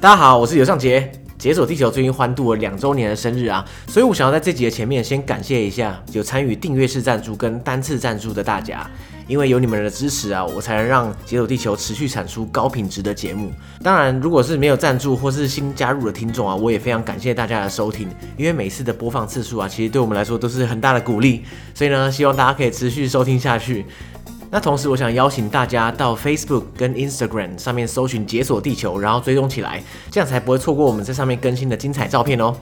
大家好，我是刘尚杰。解锁地球最近欢度了两周年的生日啊，所以我想要在这集的前面先感谢一下有参与订阅式赞助跟单次赞助的大家，因为有你们的支持啊，我才能让解锁地球持续产出高品质的节目。当然，如果是没有赞助或是新加入的听众啊，我也非常感谢大家的收听，因为每次的播放次数啊，其实对我们来说都是很大的鼓励，所以呢，希望大家可以持续收听下去。那同时，我想邀请大家到 Facebook 跟 Instagram 上面搜寻“解锁地球”，然后追踪起来，这样才不会错过我们在上面更新的精彩照片哦。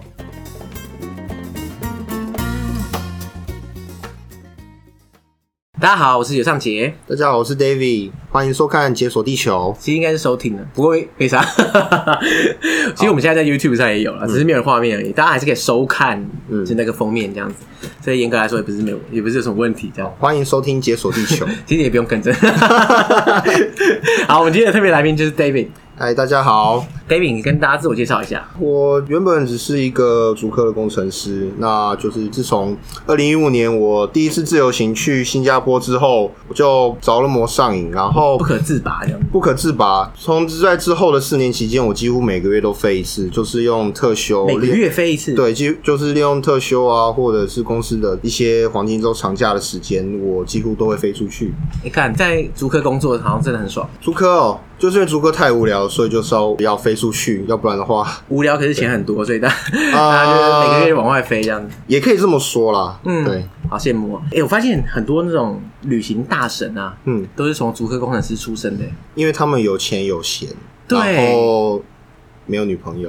大家好，我是尤尚杰，大家好，我是 David，欢迎收看《解锁地球其实应该是收听了，不过为啥？ 其实我们现在在 YouTube 上也有了，只是没有画面而已，大家还是可以收看，嗯就那个封面这样子。所以严格来说，也不是没有，也不是有什么问题这样。》，欢迎收听《解锁 地球》。其实也不用跟着。好，我们今天的特别来宾就是 David。嗨，哎大家好， David，你跟大家自我介绍一下。我原本只是一个足科的工程师，那就是自从二零一五年我第一次自由行去新加坡之后，我就着了魔上瘾，然后不可自拔这样。不可自拔。从在之后的四年期间，我几乎每个月都飞一次，就是用特休每个练月飞一次，，对，就就是利用特休啊，或者是公司的一些黄金周长假的时间，我几乎都会飞出去。你看在足科工作好像真的很爽，竹科哦，就是因为竹科太无聊，所以就是要要飞出去，要不然的话无聊可是钱很多，所以大大家就是每个月往外飞这样子，也可以这么说啦。嗯对，好羡慕哦！哎、我发现很多那种旅行大神啊，嗯，都是从足科工程师出身的，因为他们有钱有闲，对然后没有女 朋友，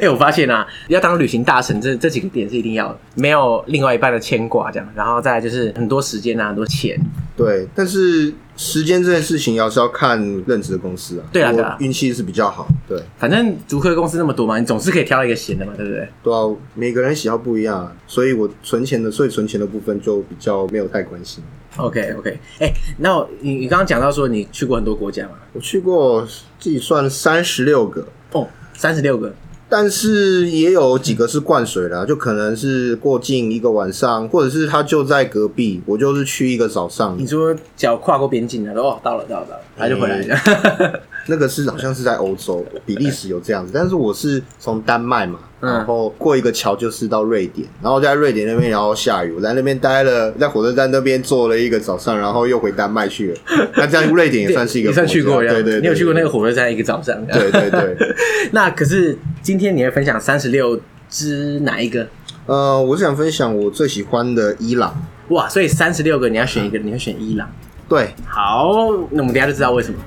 哎、我发现啊，要当旅行大神，这这几个点是一定要的，没有另外一半的牵挂这样，然后再来就是很多时间啊，很多钱，对。但是时间这件事情，要是要看任职的公司啊，对啊对啊我运气是比较好，对，反正足科公司那么多嘛，你总是可以挑一个闲的嘛，对不对？对啊，每个人喜好不一样啊，所以我存钱的，所以存钱的部分就比较没有太关心。 OK OK，哎、那我你你刚刚讲到说你去过很多国家嘛？我去过计算三十六个，哦，三十六个，但是也有几个是灌水啦，就可能是过境一个晚上，或者是他就在隔壁，我就是去一个早上你，说脚跨过边境了，哦，到了到了到了，他就回来了。嗯那个是好像是在欧洲，比利时有这样子，但是我是从丹麦嘛，嗯然后过一个桥就是到瑞典，然后在瑞典那边然后下雨，我在那边待了，在火车站那边坐了一个早上，然后又回丹麦去 了。那这样瑞典也算是一个你算去过国这家样对对对，你有去过那对个火车站一个早上？对对对。 那可是今天你会分享三十六支哪一个？呃，我是想分享我最喜欢的伊朗，哇，所以三十六个你要选一个，你会选伊朗。对，好，那我们等一下就知道为什么。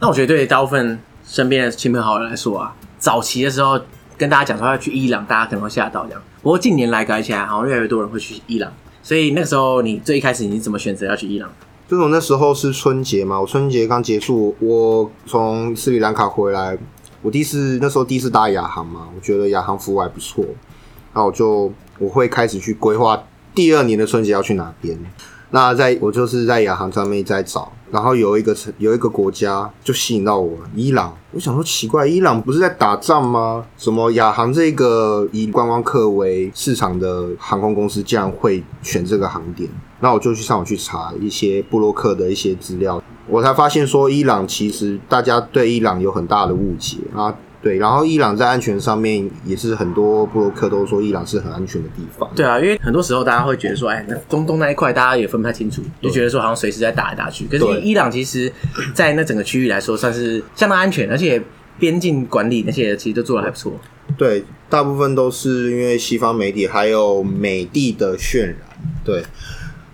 那我觉得对大部分身边的亲朋好友来说啊，早期的时候跟大家讲说要去伊朗，大家可能会吓到这样。不过近年来改起来，好像越来越多人会去伊朗。所以那个时候，你最一开始你是怎么选择要去伊朗？就是我那时候是春节嘛，我春节刚结束，我从斯里兰卡回来，我第一次那时候第一次搭亚航嘛，我觉得亚航服务还不错，那我就我会开始去规划第二年的春节要去哪边。那在我就是在亚航上面在找，然后有一个城有一个国家就吸引到我了，伊朗。我想说奇怪，伊朗不是在打仗吗？怎么亚航这个以观光客为市场的航空公司，竟然会选这个航点？那我就去上网去查一些布洛克的一些资料，我才发现说伊朗其实大家对伊朗有很大的误解啊。对，然后伊朗在安全上面也是很多布洛克都说伊朗是很安全的地方。对啊，因为很多时候大家会觉得说，哎，那中东那一块大家也分不太清楚，就对觉得说好像随时在打来打去。可是对伊朗其实，在那整个区域来说，算是相当安全，而且边境管理那些其实都做的还不错。对，大部分都是因为西方媒体还有美帝的渲染。对，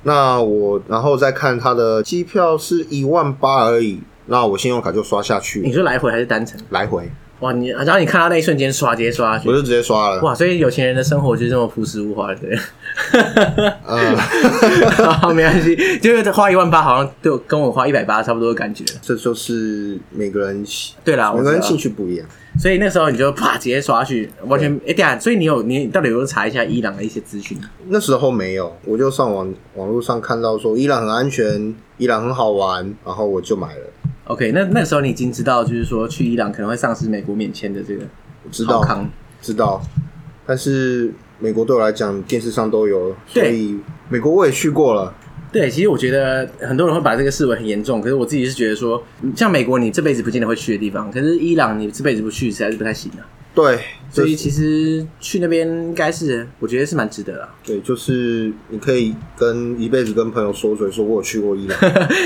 那我然后再看它的机票是一万八而已，那我信用卡就刷下你去，说来回还是单程？来回哇，你然后你看到那一瞬间刷，直接刷下去我。就直接刷了。哇，所以有钱人的生活就是这么朴实无华的，对。呃， 好，没关系，就是花一万八，好像就跟我花一百八差不多的感觉。这就是每个人喜对啦，我每知个人道兴。趣不一样。所以那时候你就啪直接刷去，完全哎、等一下，所以你有你到底有没有查一下伊朗的一些资讯？那时候没有，我就上网网络上看到说伊朗很安全，伊朗很好玩，然后我就买了。 OK，那那时候你已经知道，就是说去伊朗可能会丧失美国免签的这个我知好道，康。知道，但是美国对我来讲，电视上都有，所对以美国我也去过了。对，其实我觉得很多人会把这个视为很严重，可是我自己是觉得说，嗯像美国你这辈子不见得会去的地方，可是伊朗你这辈子不去实在是不太行啊。对，所就以是其实去那边应该是，我觉得是蛮值得的啊。对，就是你可以跟一辈子跟朋友说嘴，说我有去过伊朗，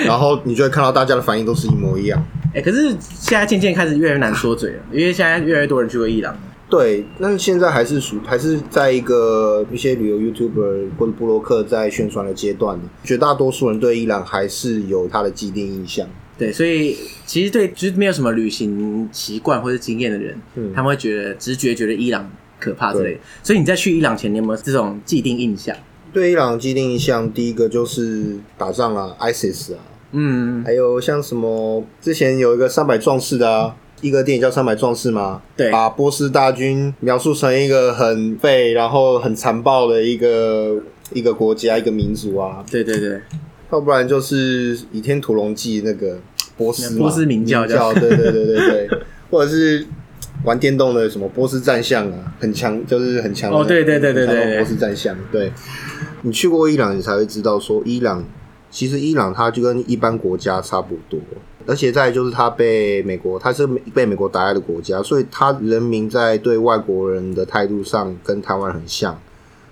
然后你就会看到大家的反应都是一模一样。哎、可是现在渐渐开始越来越难说嘴了，因为现在越来越多人去过伊朗。对，那现在还是属还是在一个一些旅游 YouTuber 或者布洛克在宣传的阶段，绝大多数人对伊朗还是有他的既定印象。对，所以其实对就是没有什么旅行习惯或者经验的人，嗯他们会觉得直觉觉得伊朗可怕之类的。所以你在去伊朗前，你有没有这种既定印象？对伊朗的既定印象，第一个就是打仗啊，ISIS 啊，嗯，还有像什么之前有一个三百壮士的啊，一个电影叫《三百壮士》嘛，对把波斯大军描述成一个很废，然后很残暴的一个一个国家一个民族啊，对对对，要不然就是《倚天屠龙记》那个波斯嘛波斯民教民教，对对对对对，或者是玩电动的什么波斯战象啊，很强，就是很强的哦对对对对对很强的对波斯战象，对。你去过伊朗，你才会知道说伊朗其实伊朗它就跟一般国家差不多，而且再来就是它被美国，它是被美国打压的国家，所以它人民在对外国人的态度上跟台湾很像，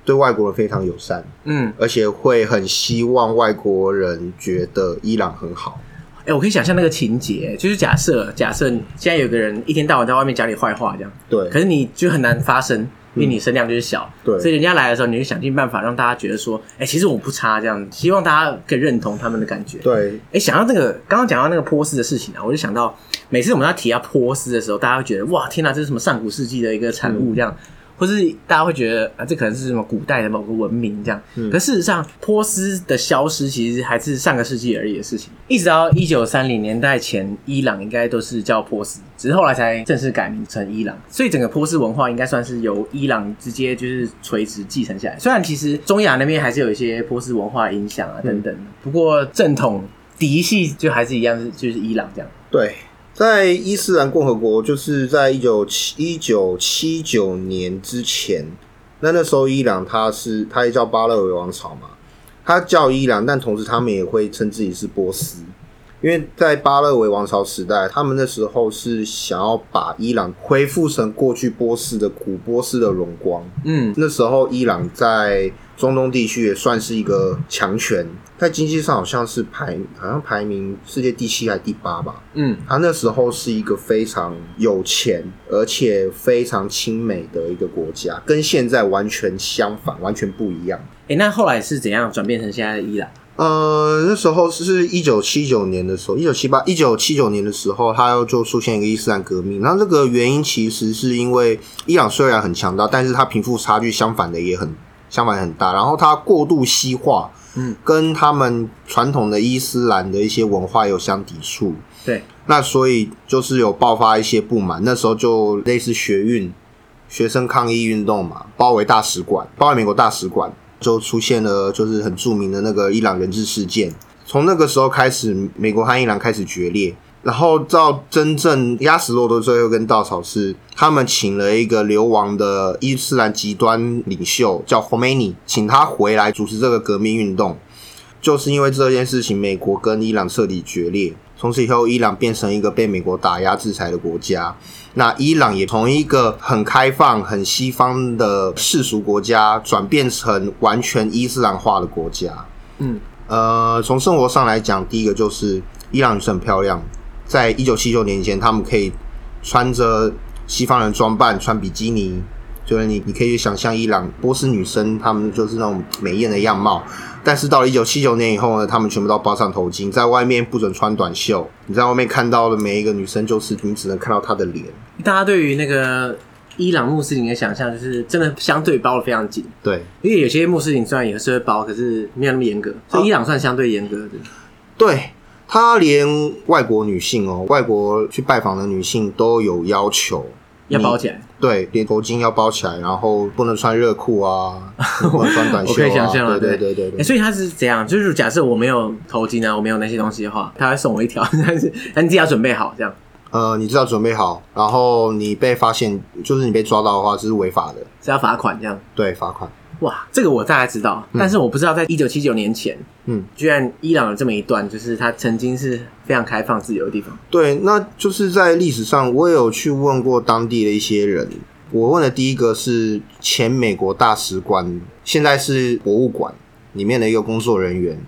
对外国人非常友善。嗯，而且会很希望外国人觉得伊朗很好。哎、我可以想象那个情节，就是假设假设现在有个人一天到晚在外面讲你坏话这样，对嗯可，是你就很难发声，因为你声量就是小，对所以人家来的时候，你就想尽办法让大家觉得说，哎、其实我不差这样，希望大家可以认同他们的感觉。对，哎、想到这个，刚刚讲到那个波斯的事情啊，我就想到每次我们要提到波斯的时候，大家会觉得哇，天哪、这是什么上古世纪的一个产物这样，或是大家会觉得啊，这可能是什么古代的某个文明这样。可事实上，波斯的消失其实还是上个世纪而已的事情，一直到一九三零年代前，伊朗应该都是叫波斯，只是后来才正式改名成伊朗。所以整个波斯文化应该算是由伊朗直接就是垂直继承下来。虽然其实中亚那边还是有一些波斯文化影响啊等等，不过正统。嫡系就还是一样，是就是伊朗这样。对，在伊斯兰共和国，就是在一九七一九七九年之前，那那时候伊朗它是它也叫巴勒维王朝嘛，它叫伊朗，但同时他们也会称自己是波斯。因为在巴勒维王朝时代，他们那时候是想要把伊朗恢复成过去波斯的古波斯的荣光，嗯，那时候伊朗在中东地区也算是一个强权，在经济上好像是排好像排名世界第七还第八吧。嗯，他那时候是一个非常有钱而且非常亲美的一个国家，跟现在完全相反，完全不一样。哎、那后来是怎样转变成现在的伊朗？呃，那时候是一九七九年的时候，一九七八、一九七九年的时候，它就出现一个伊斯兰革命。那这个原因其实是因为伊朗虽然很强大，但是它贫富差距相反的也很相反很大，然后它过度西化，嗯，跟他们传统的伊斯兰的一些文化有相抵触。对，那所以就是有爆发一些不满，那时候就类似学运、学生抗议运动嘛，包围大使馆，包围美国大使馆，就出现了就是很著名的那个伊朗人质事件。从那个时候开始，美国和伊朗开始决裂，然后到真正压死骆驼最后一根稻草是，他们请了一个流亡的伊斯兰极端领袖叫 Khomeini，请他回来主持这个革命运动。就是因为这件事情，美国跟伊朗彻底决裂，从此以后，伊朗变成一个被美国打压制裁的国家。那伊朗也从一个很开放、很西方的世俗国家，转变成完全伊斯兰化的国家。嗯，呃，从生活上来讲，第一个就是伊朗女生很漂亮，在一九七九年以前，他们可以穿着西方人装扮，穿比基尼，就是你你可以去想象伊朗波斯女生她们就是那种美艳的样貌。但是到了一九七九年以后呢，她们全部都包上头巾，在外面不准穿短袖。你在外面看到的每一个女生，就是你只能看到她的脸。大家对于那个伊朗穆斯林的想象，就是真的相对包的非常紧，对，因为有些穆斯林虽然也是会包，可是没有那么严格，所以伊朗算相对严格的。对他连外国女性哦，外国去拜访的女性都有要求，要包起来。对，连头巾要包起来，然后不能穿热裤 啊，不能穿短袖、啊。我可以想象了对对对对哎，对。所以他是怎样？就是假设我没有头巾啊，我没有那些东西的话，他会送我一条， 但是但你自己要准备好这样。呃，你知道准备好，然后你被发现，就是你被抓到的话，这是违法的，是要罚款这样。对，罚款。哇，这个我大概知道，但是我不知道在一九七九年前，嗯，居然伊朗有这么一段，就是它曾经是非常开放自由的地方。对，那就是在历史上，我也有去问过当地的一些人。我问的第一个是前美国大使馆，现在是博物馆里面的一个工作人员，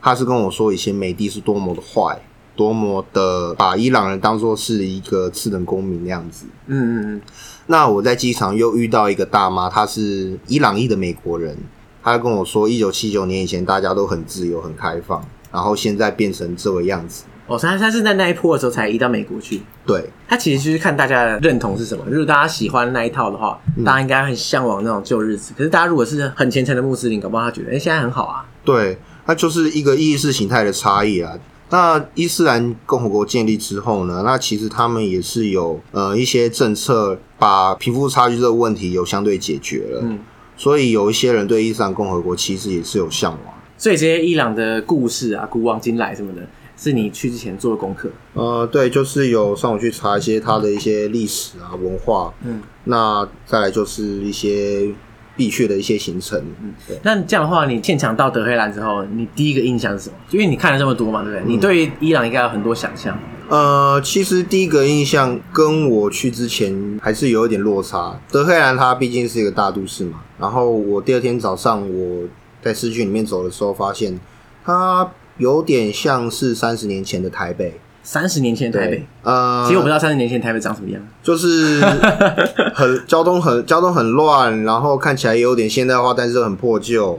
他是跟我说以前美帝是多么的坏，多么的把伊朗人当做是一个次等公民那样子。嗯嗯嗯，那我在机场又遇到一个大妈，她是伊朗裔的美国人，她跟我说，一九七九年以前大家都很自由、很开放，然后现在变成这个样子。哦，所以他他是在那一波的时候才移到美国去。对，他其实就是看大家的认同是什么。如果大家喜欢那一套的话，大家应该很向往那种旧日子。可是大家如果是很虔诚的穆斯林，搞不好他觉得，哎、现在很好啊。对，那就是一个意识形态的差异啊。那伊斯兰共和国建立之后呢，那其实他们也是有呃一些政策，把贫富差距这个问题有相对解决了。嗯，所以有一些人对伊斯兰共和国其实也是有向往。所以这些伊朗的故事啊、古往今来什么的，是你去之前做的功课。呃，对，就是有上网去查一些它的一些历史啊、文化，嗯，那再来就是一些必去的一些行程，嗯，对。那这样的话，你现场到德黑兰之后，你第一个印象是什么？因为你看了这么多嘛，嗯对不对？你对于伊朗应该有很多想象。呃，其实第一个印象跟我去之前还是有一点落差。德黑兰它毕竟是一个大都市嘛，然后我第二天早上我在市区里面走的时候，发现它有点像是三十年前的台北。三十年前的台北，，呃，其实我不知道三十年前的台北长什么样。就是很交通很交通很乱，然后看起来也有点现代化，但是很破旧。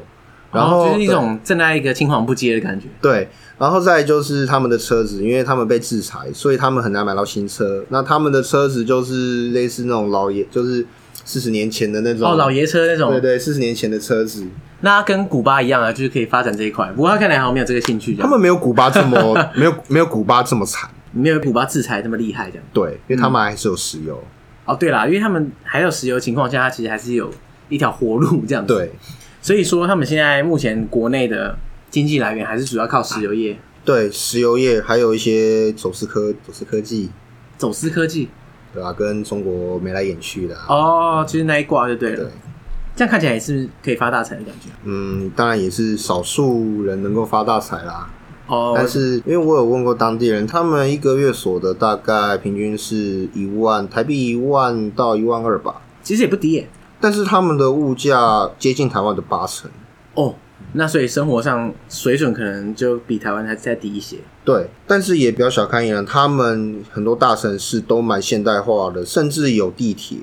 然后、哦就是一种正在一个青黄不接的感觉。对对，然后再来就是他们的车子，因为他们被制裁，所以他们很难买到新车。那他们的车子就是类似那种老爷，就是四十年前的那种哦，老爷车那种，对对，四十年前的车子，那它跟古巴一样啊，就是可以发展这一块。不过他看来好像没有这个兴趣，这他样们没有古巴这么没有没有古巴这么 惨，没有古巴制裁那么厉害这样。对，因为他们还是有石油。哦，对啦，因为他们还有石油情况下，它其实还是有一条活路这样子。，对所以说他们现在目前国内的经济来源还是主要靠石油业、对，石油业还有一些走私科走私科技，走私科技。对吧、跟中国眉来眼去的啊、哦，就是那一挂就对了。对。这样看起来也是可以发大财的感觉。嗯，当然也是少数人能够发大财啦。哦，但是因为我有问过当地人，他们一个月所得大概平均是一万台币，一万到一万二吧。其实也不低耶。但是他们的物价接近台湾的八成。哦，那所以生活上水准可能就比台湾还再低一些。对，但是也不要小看伊朗，他们很多大城市都蛮现代化的，甚至有地铁。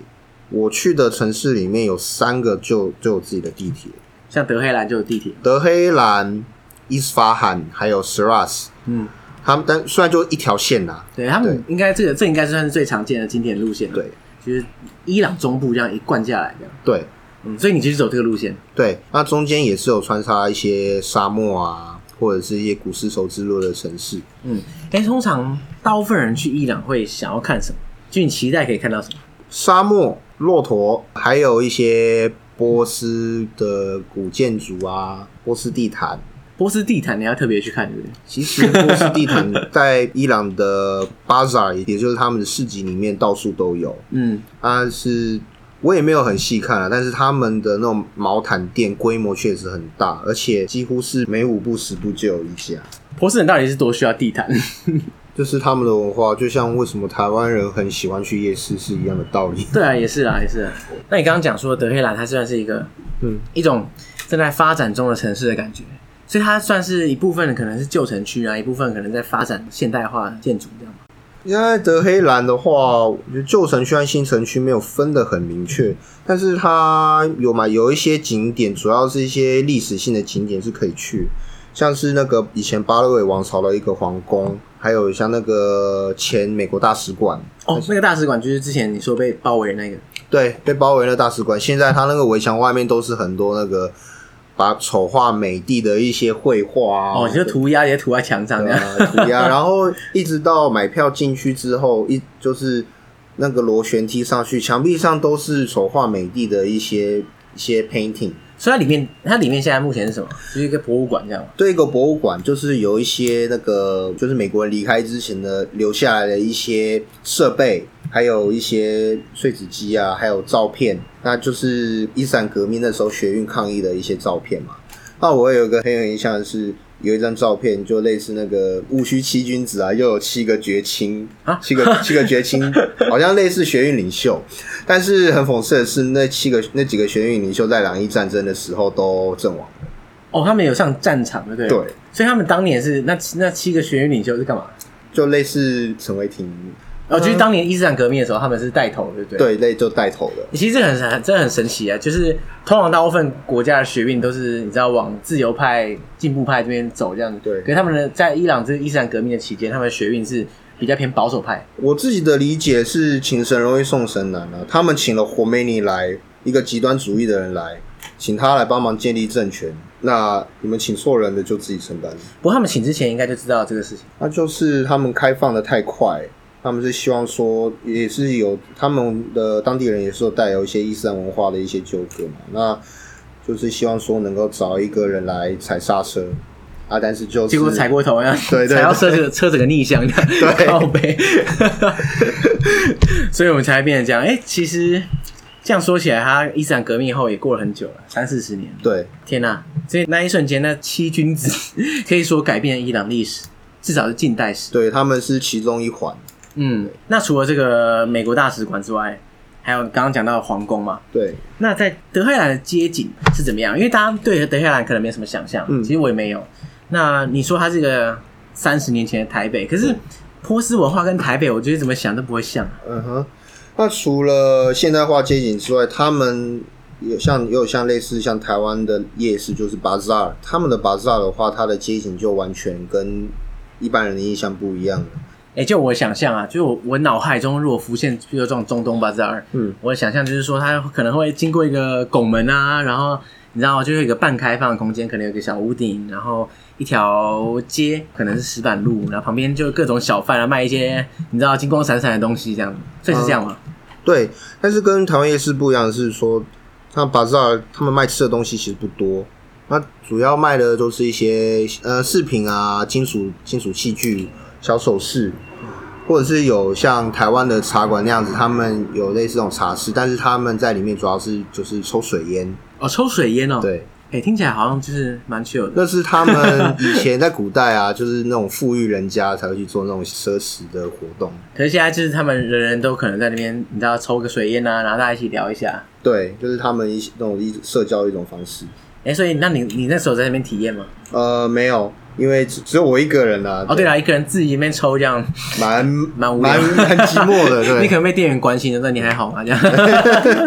我去的城市里面有三个就就有自己的地铁，像德黑兰就有地铁，德黑兰、伊斯法罕还有 Shiraz，嗯，他们但虽然就一条线啦、对他们对应该这个这应该算是最常见的经典路线了。对，就是伊朗中部这样一贯下来这样，对，嗯，所以你就是走这个路线，对，那中间也是有穿插一些沙漠啊，或者是一些古丝绸之路的城市。嗯，哎、通常大部分人去伊朗会想要看什么？就你期待可以看到什么？沙漠、骆驼，还有一些波斯的古建筑啊， 波斯地毯。波斯地毯你要特别去看，对不对？其实波斯地毯在伊朗的 bazaar，也就是他们的市集里面到处都有。嗯，它是我也没有很细看啊，但是他们的那种毛毯店规模确实很大，而且几乎是每五步十步就有一家。波斯人到底是多需要地毯？就是他们的文化，就像为什么台湾人很喜欢去夜市是一样的道理。 对啊，也是啦，也是啦。那你刚刚讲说德黑兰，它算是一个嗯，一种正在发展中的城市的感觉，所以它算是一部分可能是旧城区啊，一部分可能在发展现代化建筑这样。 因为德黑兰的话，我觉得旧城区和新城区没有分得很明确，但是它有嘛有一些景点，主要是一些历史性的景点是可以去，像是那个以前巴勒维王朝的一个皇宫，还有像那个前美国大使馆，哦，那个大使馆就是之前你说被包围的那个，对，被包围的大使馆，现在它那个围墙外面都是很多那个把丑化美帝的一些绘画啊，哦，你就涂鸦也涂在墙上这对啊样。啊，涂鸦，然后一直到买票进去之后，一就是那个螺旋梯上去，墙壁上都是手画美帝的一些一些 painting。所以它里面，它里面现在目前是什么？就是一个博物馆这样吗。对一个博物馆，就是有一些那个，就是美国人离开之前的留下来的一些设备，还有一些碎纸机啊，还有照片，那就是伊斯兰革命那时候学运抗议的一些照片嘛。那我有一个很有印象的是，有一张照片就类似那个戊戌七君子啊，又有七个绝亲啊七个七个 绝亲，好像类似学运领袖。但是很讽刺的是，那七个那几个学运领袖在两伊战争的时候都阵亡。哦，他们有上战场，对不对？对。所以他们当年是那七那七个学院领袖是干嘛？就类似陈伟霆，哦，就是当年伊斯兰革命的时候，他们是带头，对不对？。对，类就带头的。其实这个很很这很神奇啊，就是通常大部分国家的学运都是你知道往自由派、进步派这边走这样子，对可是他们呢，在伊朗这伊斯兰革命的期间，他们的学运是比较偏保守派，我自己的理解是，请神容易送神难啊。他们请了霍梅尼来，一个极端主义的人来，请他来帮忙建立政权。那你们请错人的就自己承担。不过他们请之前应该就知道这个事情。那就是他们开放的太快，他们是希望说，也是有他们的当地人也是有带有一些伊斯兰文化的一些纠葛嘛，那就是希望说能够找一个人来踩刹车啊，但是就是结果踩过头，然后对对踩到车子 车整个逆向的，对靠背， 所以我们才变成这样。哎、其实这样说起来，他伊斯兰革命后也过了很久了，三四十年。对，天呐、所以那一瞬间，那七君子 可以说改变伊朗历史，至少是近代史。对，他们是其中一环。嗯，那除了这个美国大使馆之外，还有刚刚讲到的皇宫嘛，对，那在德黑兰的街景是怎么样？因为大家对德黑兰可能没什么想象，嗯其实我也没有。那你说它是个三十年前的台北，可是波斯文化跟台北，我觉得怎么想都不会像啊。嗯哼。那除了现代化街景之外，他们有像也有像类似像台湾的夜市，就是 bazaar。他们的 bazaar 的话，它的街景就完全跟一般人的印象不一样了。哎、就我想象啊，就我我脑海中如果浮现，比如说这种中东巴扎尔，嗯，我的想象就是说，它可能会经过一个拱门啊，然后你知道，就会有一个半开放的空间，可能有个小屋顶，然后一条街，可能是石板路，然后旁边就各种小贩啊，卖一些你知道金光闪闪的东西，这样，所以是这样吗？对，但是跟台湾夜市不一样的是说，像巴扎尔他们卖吃的东西其实不多，那主要卖的都是一些呃饰品啊、金属金属器具、小首饰，或者是有像台湾的茶馆那样子，他们有类似这种茶室，但是他们在里面主要是就是抽水烟，哦，抽水烟哦，，对，哎、听起来好像就是蛮 chill 的。那是他们以前在古代啊，就是那种富裕人家才会去做那种奢侈的活动，可是现在就是他们人人都可能在那边，你知道抽个水烟啊，然后大家一起聊一下。对，就是他们一些那种一社交的一种方式。哎、所以那你你那时候在那边体验吗？呃，没有，因为只只有我一个人啦、哦，对了，一个人自己那边抽这样，蛮蛮蛮无聊蛮 寂寞的，你可对。能被店员关心的，那你还好吗？ 这样。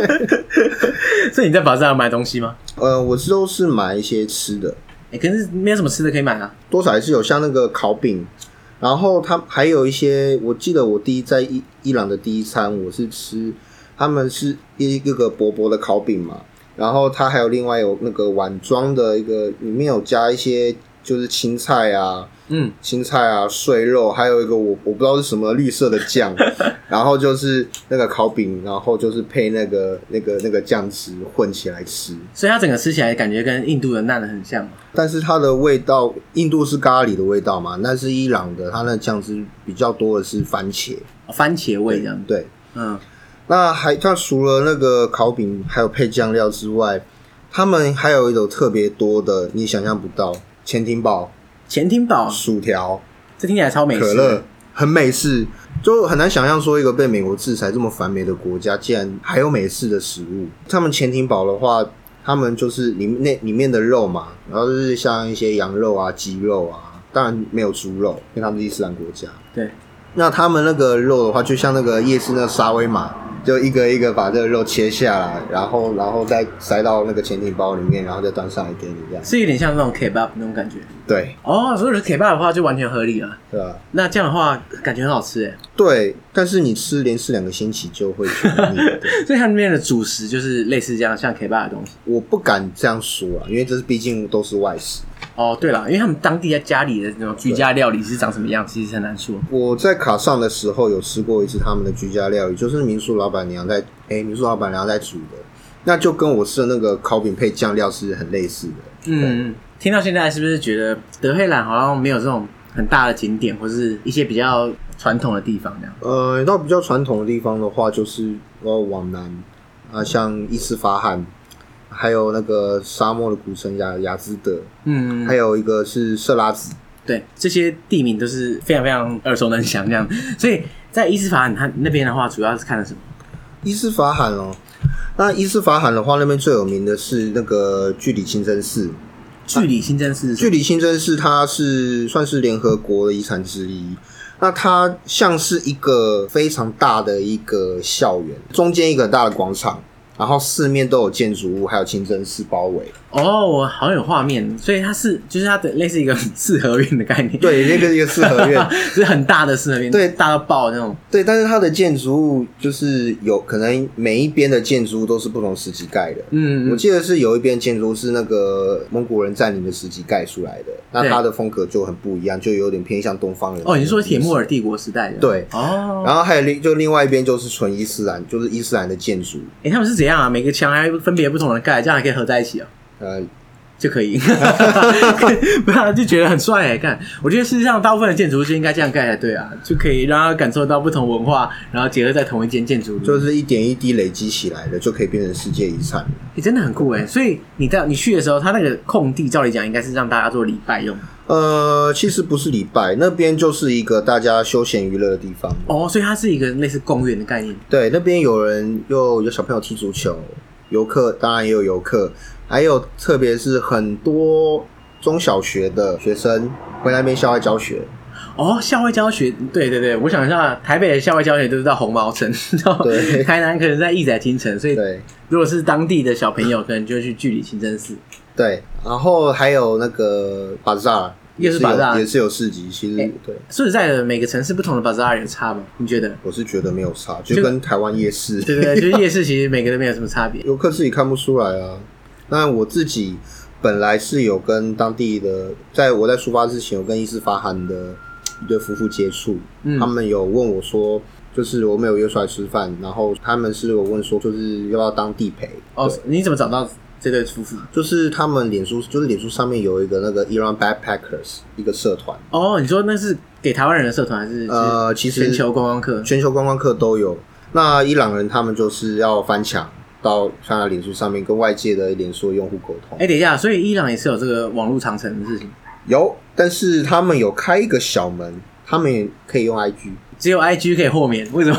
所以你在巴扎买东西吗？呃，我都是买一些吃的，哎、可是没有什么吃的可以买啊。多少还是有像那个烤饼，然后它还有一些，我记得我第一在伊伊朗的第一餐，我是吃他们是一个个薄薄的烤饼嘛，然后它还有另外有那个碗装的一个，里面有加一些就是青菜啊，嗯，青菜啊、碎肉，还有一个我我不知道是什么绿色的酱，然后就是那个烤饼，然后就是配那个那个那个酱汁混起来吃。所以它整个吃起来感觉跟印度的难的很像嘛。但是它的味道，印度是咖喱的味道嘛，但是伊朗的它那酱汁比较多的是番茄。哦番茄味这样子。对，嗯，那还它除了那个烤饼还有配酱料之外，他们还有一种特别多的，你想象不到，前庭堡、前厅堡，薯条、这听起来超美食。可乐，很美式，就很难想象说一个被美国制裁这么反美的国家，竟然还有美式的食物。他们潜艇堡的话，他们就是里面那里面的肉嘛，然后就是像一些羊肉啊、鸡肉啊，当然没有猪肉，因为他们是伊斯兰国家。对，那他们那个肉的话，就像那个夜市那个沙威玛，就一个一个把这个肉切下来，然后然后再塞到那个潜艇包里面，然后再端上来给你这样。是有点像那种 kebab 那种感觉。对，哦，所以 kebab 的话就完全合理了。对吧？那这样的话感觉很好吃哎。对，但是你吃连吃两个星期就会觉得腻了。对所以它那边的主食就是类似这样像 kebab 的东西。我不敢这样说啊，因为这是毕竟都是外食。哦，对了，因为他们当地在家里的那种居家料理是长什么样，其实很难说。我在卡上的时候有吃过一次他们的居家料理，就是民宿老板娘在哎、民宿老板娘在煮的，那就跟我吃的那个烤饼配酱料是很类似的。嗯，听到现在是不是觉得德黑兰好像没有这种很大的景点，或是一些比较传统的地方这样？呃，到比较传统的地方的话，就是呃往南啊，像伊斯法罕，还有那个沙漠的古城雅雅兹德，嗯，还有一个是色拉子。对，这些地名都是非常非常耳熟能详 这样。所以在伊斯法罕它那边的话，主要是看了什么？伊斯法罕哦，那伊斯法罕的话，那边最有名的是那个距离清真寺。距离新增是距离清真寺它是算是联合国的遗产之一。那它像是一个非常大的一个校园，中间一个很大的广场，然后四面都有建筑物，还有清真寺包 围。哦，我好像有画面，所以它是就是它的类似一个四合院的概念，对，那个一个四合院， 是很大的四合院，对大到爆那种。 对，但是它的建筑物就是有可能每一边的建筑物都是不同时期盖的。嗯，嗯我记得是有一边建筑是那个蒙古人占领的时期盖出来的，那对它的风格就很不一样，就有点偏向东方人。哦，你是说铁木尔帝国时代的？对哦，然后还有另就另外一边就是纯伊斯兰，就是伊斯兰的建筑，哎、他们是怎样啊？每个墙还分别不同的盖，这样还可以合在一起哦。呃，就可以， 不然就觉得很帅哎！看，我觉得事实上大部分的建筑物就应该这样盖才对啊，就可以让他感受到不同文化，然后结合在同一间建筑里面，就是一点一滴累积起来的，就可以变成世界遗产。诶真的很酷哎！所以你到你去的时候，他那个空地照理讲应该是让大家做礼拜用的呃，其实不是礼拜，那边就是一个大家休闲娱乐的地方。哦，所以它是一个类似公园的概念。对，那边有人又有小朋友踢足球，游客当然也有游客，还有特别是很多中小学的学生回来那边校外教学。哦，校外教学，对对对，我想一下，台北的校外教学都是到红毛城， 然后对台南可能在义载新城，所以对如果是当地的小朋友，可能就去距离清真寺。对，然后还有那个巴扎，夜市巴扎也是有市集。其实、哎对，说实在的，每个城市不同的巴扎尔有差吗？你觉得？我是觉得没有差，就就跟台湾夜 市。对对对，就是夜市，其实每个都没有什么差别。 游客自己看不出来啊。那我自己本来是有跟当地的，在我在出发之前，有跟伊斯法罕的一对夫妇接触，嗯他们有问我说，就是我们有约出来吃饭，然后他们是有问说，就是要不要当地陪。哦，你怎么找到这对夫妇？就是他们脸书，就是脸书上面有一个那个 Iran Backpackers 一个社团，哦，你说那是给台湾人的社团还是？呃，其是实全球观光客。全球观光客都有。那伊朗人他们就是要翻墙到翻到脸书上面，跟外界的脸书用户沟通。哎，等一下，所以伊朗也是有这个网络长城的事情，有，但是他们有开一个小门，他们也可以用 IG，只有 IG 可以豁免，为什么？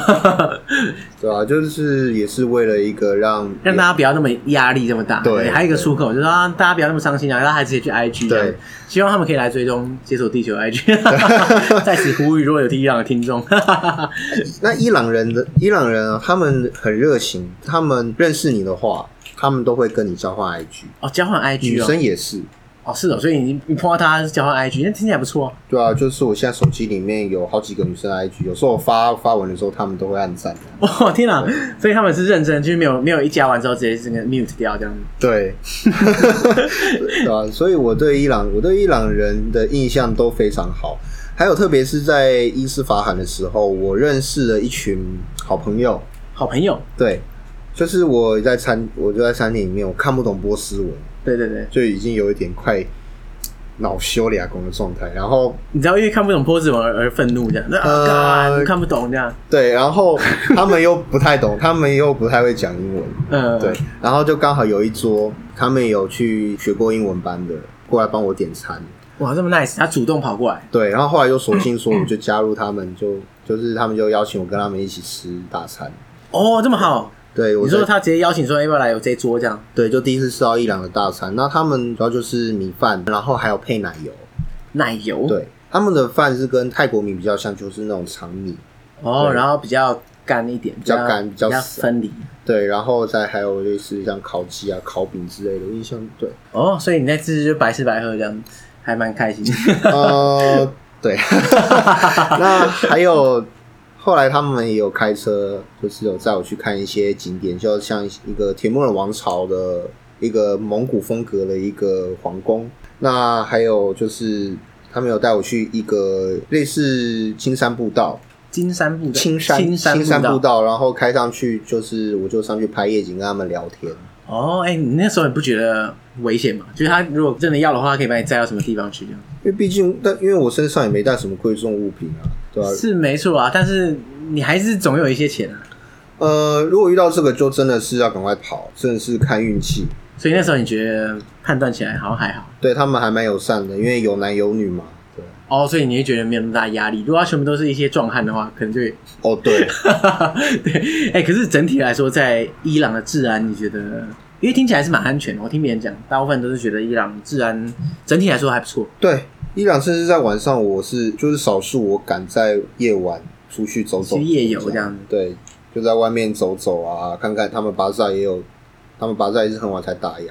对吧、就是也是为了一个让让大家不要那么压力这么大。对还有一个出口就是啊，大家不要那么伤心啊，让他直接去 IG 这样。对希望他们可以来追踪解锁地球 IG。在此呼吁，如果有伊朗的听众， 那伊朗人的伊朗人啊，他们很热情，他们认识你的话，他们都会跟你交换 IG，哦，交换女 IG 哦，生也是，哦是哦，所以你你碰到他是交换 IG，那听起来不错、啊。对啊，就是我现在手机里面有好几个女生的 IG，有时候我发发文的时候，他们都会按赞，哇、哦天哪！所以他们是认真，就是没有没有一加完之后直接整个 mute 掉这样子。对，对啊，所以我对伊朗，我对伊朗人的印象都非常好。还有，特别是在伊斯法罕的时候，我认识了一群好朋友。好朋友，对，就是我在餐，我就在餐厅里面，我看不懂波斯文，对对对，就已经有一点快恼羞俩公的状态。然后，你知道因为看不懂波子文而而愤怒这样，啊，呃干看不懂这样，对，然后他们又不太懂，他 们又不太会讲英文。呃，对，然后就刚好有一桌，他们有去学过英文班的，过来帮我点餐。哇，这么 nice，他主动跑过来，对，然后后来就索性嗯说，我就加入他们，就就是他们就邀请我跟他们一起吃大餐。哦，这么好，对，我你在说他直接邀请说要不要来我这一桌这样，对，就第一次吃到伊朗的大餐。那他们主要就是米饭，然后还有配奶油。奶油，，对，他们的饭是跟泰国米比较像，就是那种长米。哦，对然后比较干一点，比较干比比较死分离，对，然后再还有类似像烤鸡啊、烤饼之类的，我印象对，哦，所以你那次就白吃白喝这样，还蛮开心。 呃，对。 那还有后来他们也有开车，就是有载我去看一些景点，就像一个铁木尔王朝的一个蒙古风格的一个皇宫。那还有就是他们有带我去一个类似青山步道，金山步道，青山青山青山步步道。道，然后开上去就是我就上去拍夜景，跟他们聊天。哦，哎、你那时候你不觉得危险吗？就是他如果真的要的话，他可以把你载到什么地方去这样？因为毕竟，但因为我身上也没带什么贵重物品啊，对吧、是没错啊，但是你还是总有一些钱啊。呃，如果遇到这个，就真的是要赶快跑，真的是看运气。所以那时候你觉得判断起来好像还好对他们还蛮友善的，因为有男有女嘛。对，哦，所以你会觉得没有那么大压力。如果他全部都是一些壮汉的话，可能就会 哦对，对，哎、可是整体来说，在伊朗的治安，你觉得？因为听起来是蛮安全的，我听别人讲，大部分都是觉得伊朗治安整体来说还不错。对，伊朗甚至在晚上，我是就是少数我敢在夜晚出去走走，去夜游这样子对，就在外面走走啊，看看他们巴萨也有，他们巴萨也是很晚才打烊。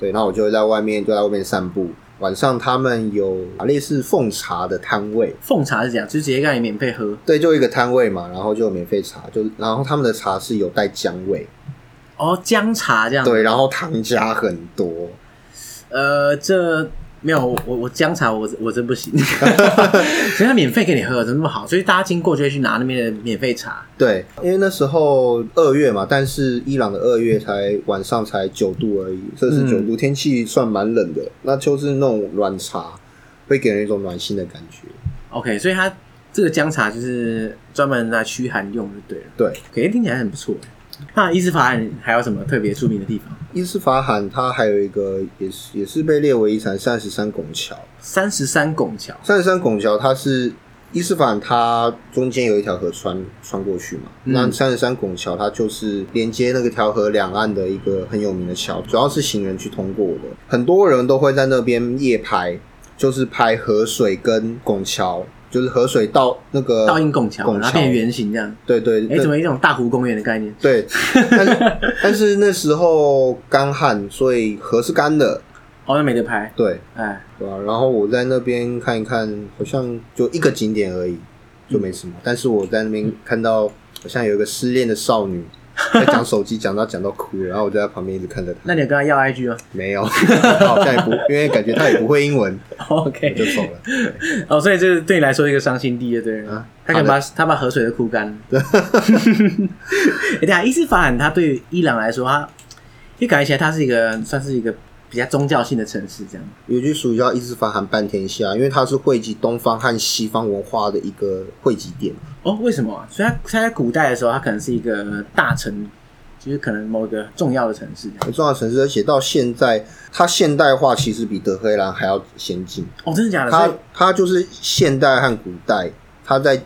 对，那我就会在外面就在外面散步。晚上他们有啊类似奉茶的摊位，奉茶是这样，就直接让你免费喝对，就一个摊位嘛，然后就有免费茶，就然后他们的茶是有带姜味，哦，姜茶这样。对，，然后糖加很多，呃，这没有我我我姜茶我我真不 行，所以他免费给你喝，怎么那么好？所以大家经过就会去拿那边的免费茶。对，因为那时候二月嘛，但是伊朗的二月才晚上才九度而已，摄氏九度，天气算蛮冷的。那就是那种暖茶，会给人一种暖心的感觉。 OK，所以他这个姜茶就是专门拿来驱寒用就对了。对，可是听起来很不错。那伊斯法罕还有什么特别出名的地方？伊斯法罕它还有一个也是也是被列为遗产，三十三拱桥。三十三拱桥。三十三拱桥它是伊斯法罕，它中间有一条河穿穿过去嘛。嗯那三十三拱桥它就是连接那个条河两岸的一个很有名的桥，主要是行人去通过的。很多人都会在那边夜拍，就是拍河水跟拱桥，就是河水到那个倒映拱桥，呃拱然后桥变圆形这样。对对，哎、那怎么有一种大湖公园的概念？ 对？但是但是那时候干旱，所以河是干的，哦，那没得拍。对。哎，对啊，然后我在那边看一看，好像就一个景点而已，就没什么。但是我在那边看到，好像有一个失恋的少女在讲手机，讲到讲到哭了，然后我就在旁边一直看着她。那你有跟他要哦 IG 吗没有，好像也不，因为感觉她也不会英文， 我就？OK，走了。哦，所以这是对你来说一个伤心地，对了。啊他可能把他把河水都哭干了。 哎、对啊，伊斯法罕它对于伊朗来说，它也感觉起来它是一个算是一个比较宗教性的城市，这样。有一句俗语叫“伊斯法罕半天下”，因为它是汇集东方和西方文化的一个汇集点。哦，为什么啊？所以它它在古代的时候，它可能是一个大城，就是可能某一个重要的城市这样。很重要的城市，而且到现在，它现代化其实比德黑兰还要先进。哦，真的假的？所它以它就是现代和古代，它在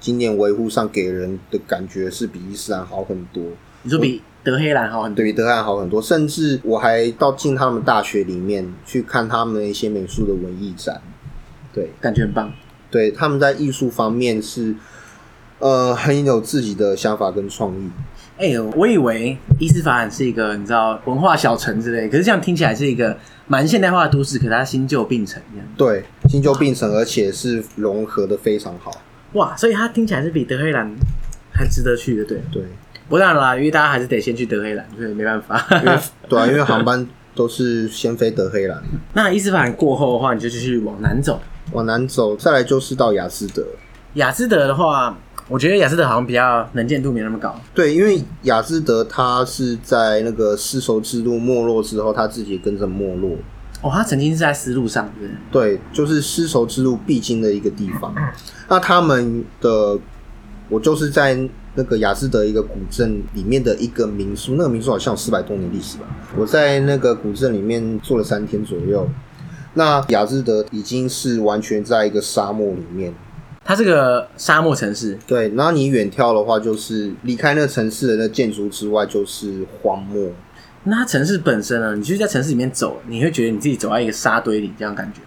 经典维护上给人的感觉是比伊斯兰好很多，你说比德黑兰好很多。对比德汉好很多。甚至我还到进他们大学里面去看他们的一些美术的文艺展，对感觉很棒。对，他们在艺术方面是呃很有自己的想法跟创意。哎、我以为伊斯法罕是一个你知道文化小城之类，可是这样听起来是一个蛮现代化的都市，可是它新旧并存这样。对，新旧并存，而且是融合的非常好。哇，所以它听起来是比德黑兰还值得去的，对。对，不当然啦，因为大家还是得先去德黑兰，所以没 办法。因为对啊，因为航班都是先飞德黑兰，那伊斯法罕过后的话，你就继续往南走。往南走，再来就是到雅斯德。雅斯德的话，我觉得雅斯德好像比较能见度没那么高。对，因为雅兹德他是在那个丝绸之路没落之后，他自己也跟着没落。哦，他曾经是在丝路上，对不对？对，就是丝绸之路必经的一个地方。那他们的，我就是在那个雅兹德一个古镇里面的一个民宿，那个民宿好像有四百多年历史吧。我在那个古镇里面住了三天左右。那雅兹德已经是完全在一个沙漠里面，它是个沙漠城市，对。然后你远眺的话，就是离开那个城市的那建筑之外，就是荒漠。那它城市本身呢？你就是在城市里面走，你会觉得你自己走在一个沙堆里这样感觉，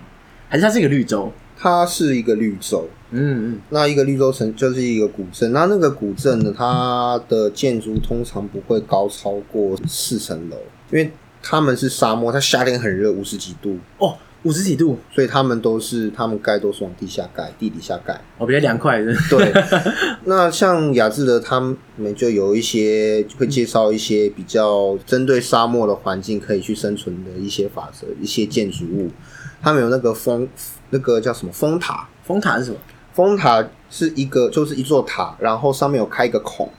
还是它是一个绿洲？它是一个绿洲，嗯嗯，那一个绿洲城就是一个古镇，那那个古镇呢，它的建筑通常不会高超过四层楼，因为他们是沙漠，它夏天很热，五十几度，哦，五十几度，所以他们都是他们盖都是往地下盖，地底下 盖。我、哦比较凉快的。对，那像雅致的他们就有一些就会介绍一些比较针对沙漠的环境可以去生存的一些法则，一些建筑物。他们有那个风，那个叫什么风塔？风塔是什么？风塔是一个就是一座塔，然后上面有开一个孔，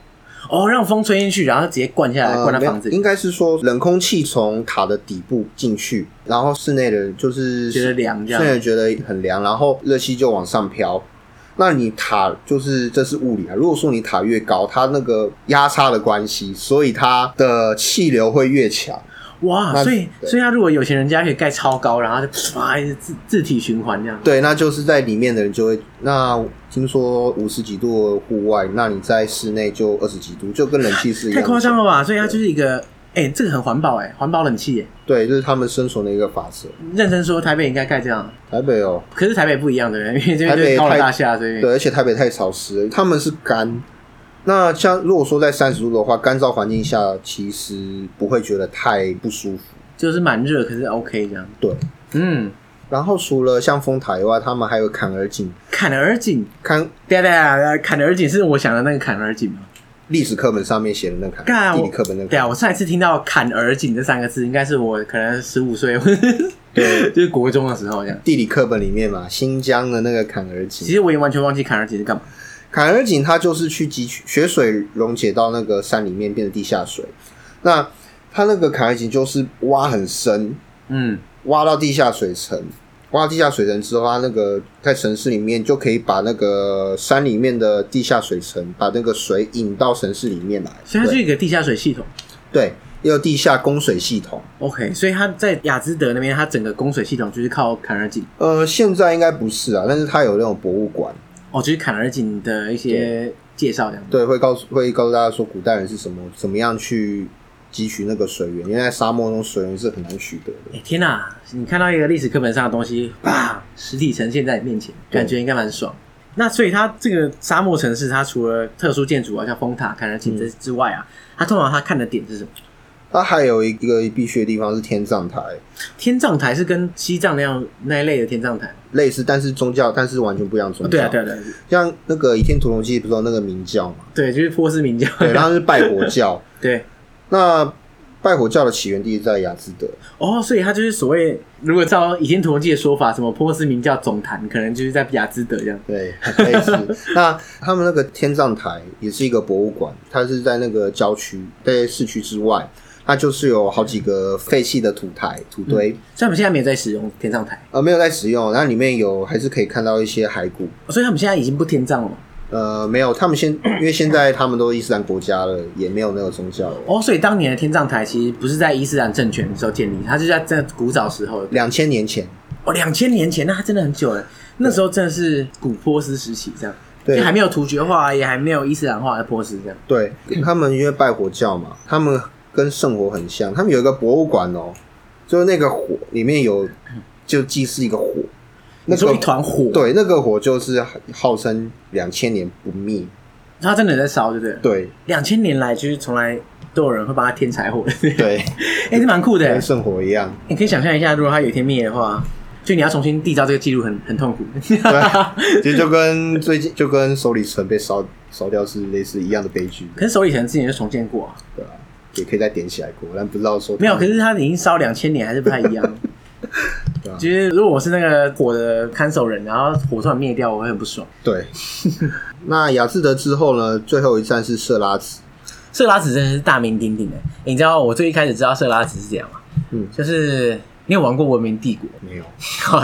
哦，让风吹进去，然后直接灌下来，呃灌到没有啊房子里，应该是说冷空气从塔的底部进去，然后室内的就是觉得凉这现在样。觉得很凉，然后热气就往上飘。那你塔就是这是物理啊。如果说你塔越高，它那个压差的关系，所以它的气流会越强。哇，那所以对所以他如果有钱人家可以盖超高，然后就啪一直自自体循环这样。对，那就是在里面的人就会。那听说五十几度的户外，那你在室内就二十几度，就跟冷气是一样太的。夸张了吧？所以它就是一个，哎、这个很环保哎、环保冷气、欸。对，这是他们生存的一个法则。认真说，台北应该盖这样，台北哦，可是台北不一样的，因为这边台就北是高楼太大厦，所以对，而且台北太潮湿了，他们是干。那像如果说在三十度的话，干燥环境下其实不会觉得太不舒服。就是蛮热，可是 OK 这样。对，嗯，然后除了像丰塔以外，他们还有坎儿井。坎儿井，看对对对，坎儿井是我想的那个坎儿井吗？历史课本上面写的那坎干儿，地我理课本那对坎啊，儿，我上一次听到坎儿井这三个字，应该是我可能十五 岁，或者是 就是国中的时候这样。地理课本里面嘛，新疆的那个坎儿其井。实我已经完全忘记坎儿井是干嘛。坎儿井它就是去汲取雪水溶解到那个山里面变成地下水。那它那个坎儿井就是挖很深，嗯，挖到地下水层，挖到地下水层之后，它那个在城市里面就可以把那个山里面的地下水层，把那个水引到城市里面来。所以它是一个地下水系统。对，也有地下供水系统。 OK，所以它在雅兹德那边，它整个供水系统就是靠坎儿井。呃，现在应该不是啊，但是它有那种博物馆，哦，就是坎儿井的一些介绍这样。对，会告诉会告诉大家说古代人是什么怎么样去汲取那个水源，因为在沙漠中水源是很难取得的。哎、天哪、你看到一个历史课本上的东西，啪，实体呈现在你面前，对感觉应该蛮爽。那所以它这个沙漠城市，它除了特殊建筑啊，像风塔、坎儿井这嗯之外啊，它通常它看的点是什么？它还有一个必去的地方是天葬台，天葬台是跟西藏那样那一类的天葬台吗、类似，但是宗教，但是完全不一样的宗哦教。对啊，对啊，对啊，像那个《倚天屠龙记》不是有那个明教嘛？对，就是波斯民教。 对，然后是拜火教。 对那拜火教的起源地在雅兹德，哦，所以它就是所谓，如果照《倚天屠龙记》的说法，什么波斯民教总坛，可能就是在雅兹德这样。对，类似。那他们那个天葬台也是一个博物馆，它是在那个郊区，在市区之外，它就是有好几个废弃的土台、土堆，虽然我们现在没有在使用天葬台，呃，没有在使用。那里面有还是可以看到一些骸骨，哦所以他们现在已经不天葬了。呃，没有。他们现因为现在他们都伊斯兰国家了，也没有那个宗教了。哦，所以当年的天葬台其实不是在伊斯兰政权的时候建立，它就在这古早时候，两千年前，哦，两千年前，那它真的很久了。那时候真的是古波斯时期，这样，对就还没有突厥化，啊也还没有伊斯兰化的波斯这样。对他们因为拜火教 嘛，他们跟圣火很像，他们有一个博物馆哦，就是那个火里面有就祭祀一个火，那你说个一团火，，对那个火就是号称两千年不灭，它真的在烧，对不对？对两千年来就是从来都有人会把它添柴火， 哎、对，这蛮酷的欸跟耶。圣火一样，你可以想象一下，如果它有一天灭的话，就你要重新缔造这个记录，很很痛苦。对，其实就跟最近就跟首里城被烧烧掉是类似一样的悲剧， 可是首里城之前就重建过、啊，对吧、也可以再点起来过，但不知道说没有，可是它已经烧两千年，还是不太一样。对啊其实如果我是那个火的看守人，然后火突然灭掉，我会很不爽。 对。那雅致德之后呢？最后一站是色拉茨，色拉子真的是大名鼎鼎的、欸你知道我最一开始知道色拉子是这样吗？嗯就是你有玩过《文明帝国，没有，》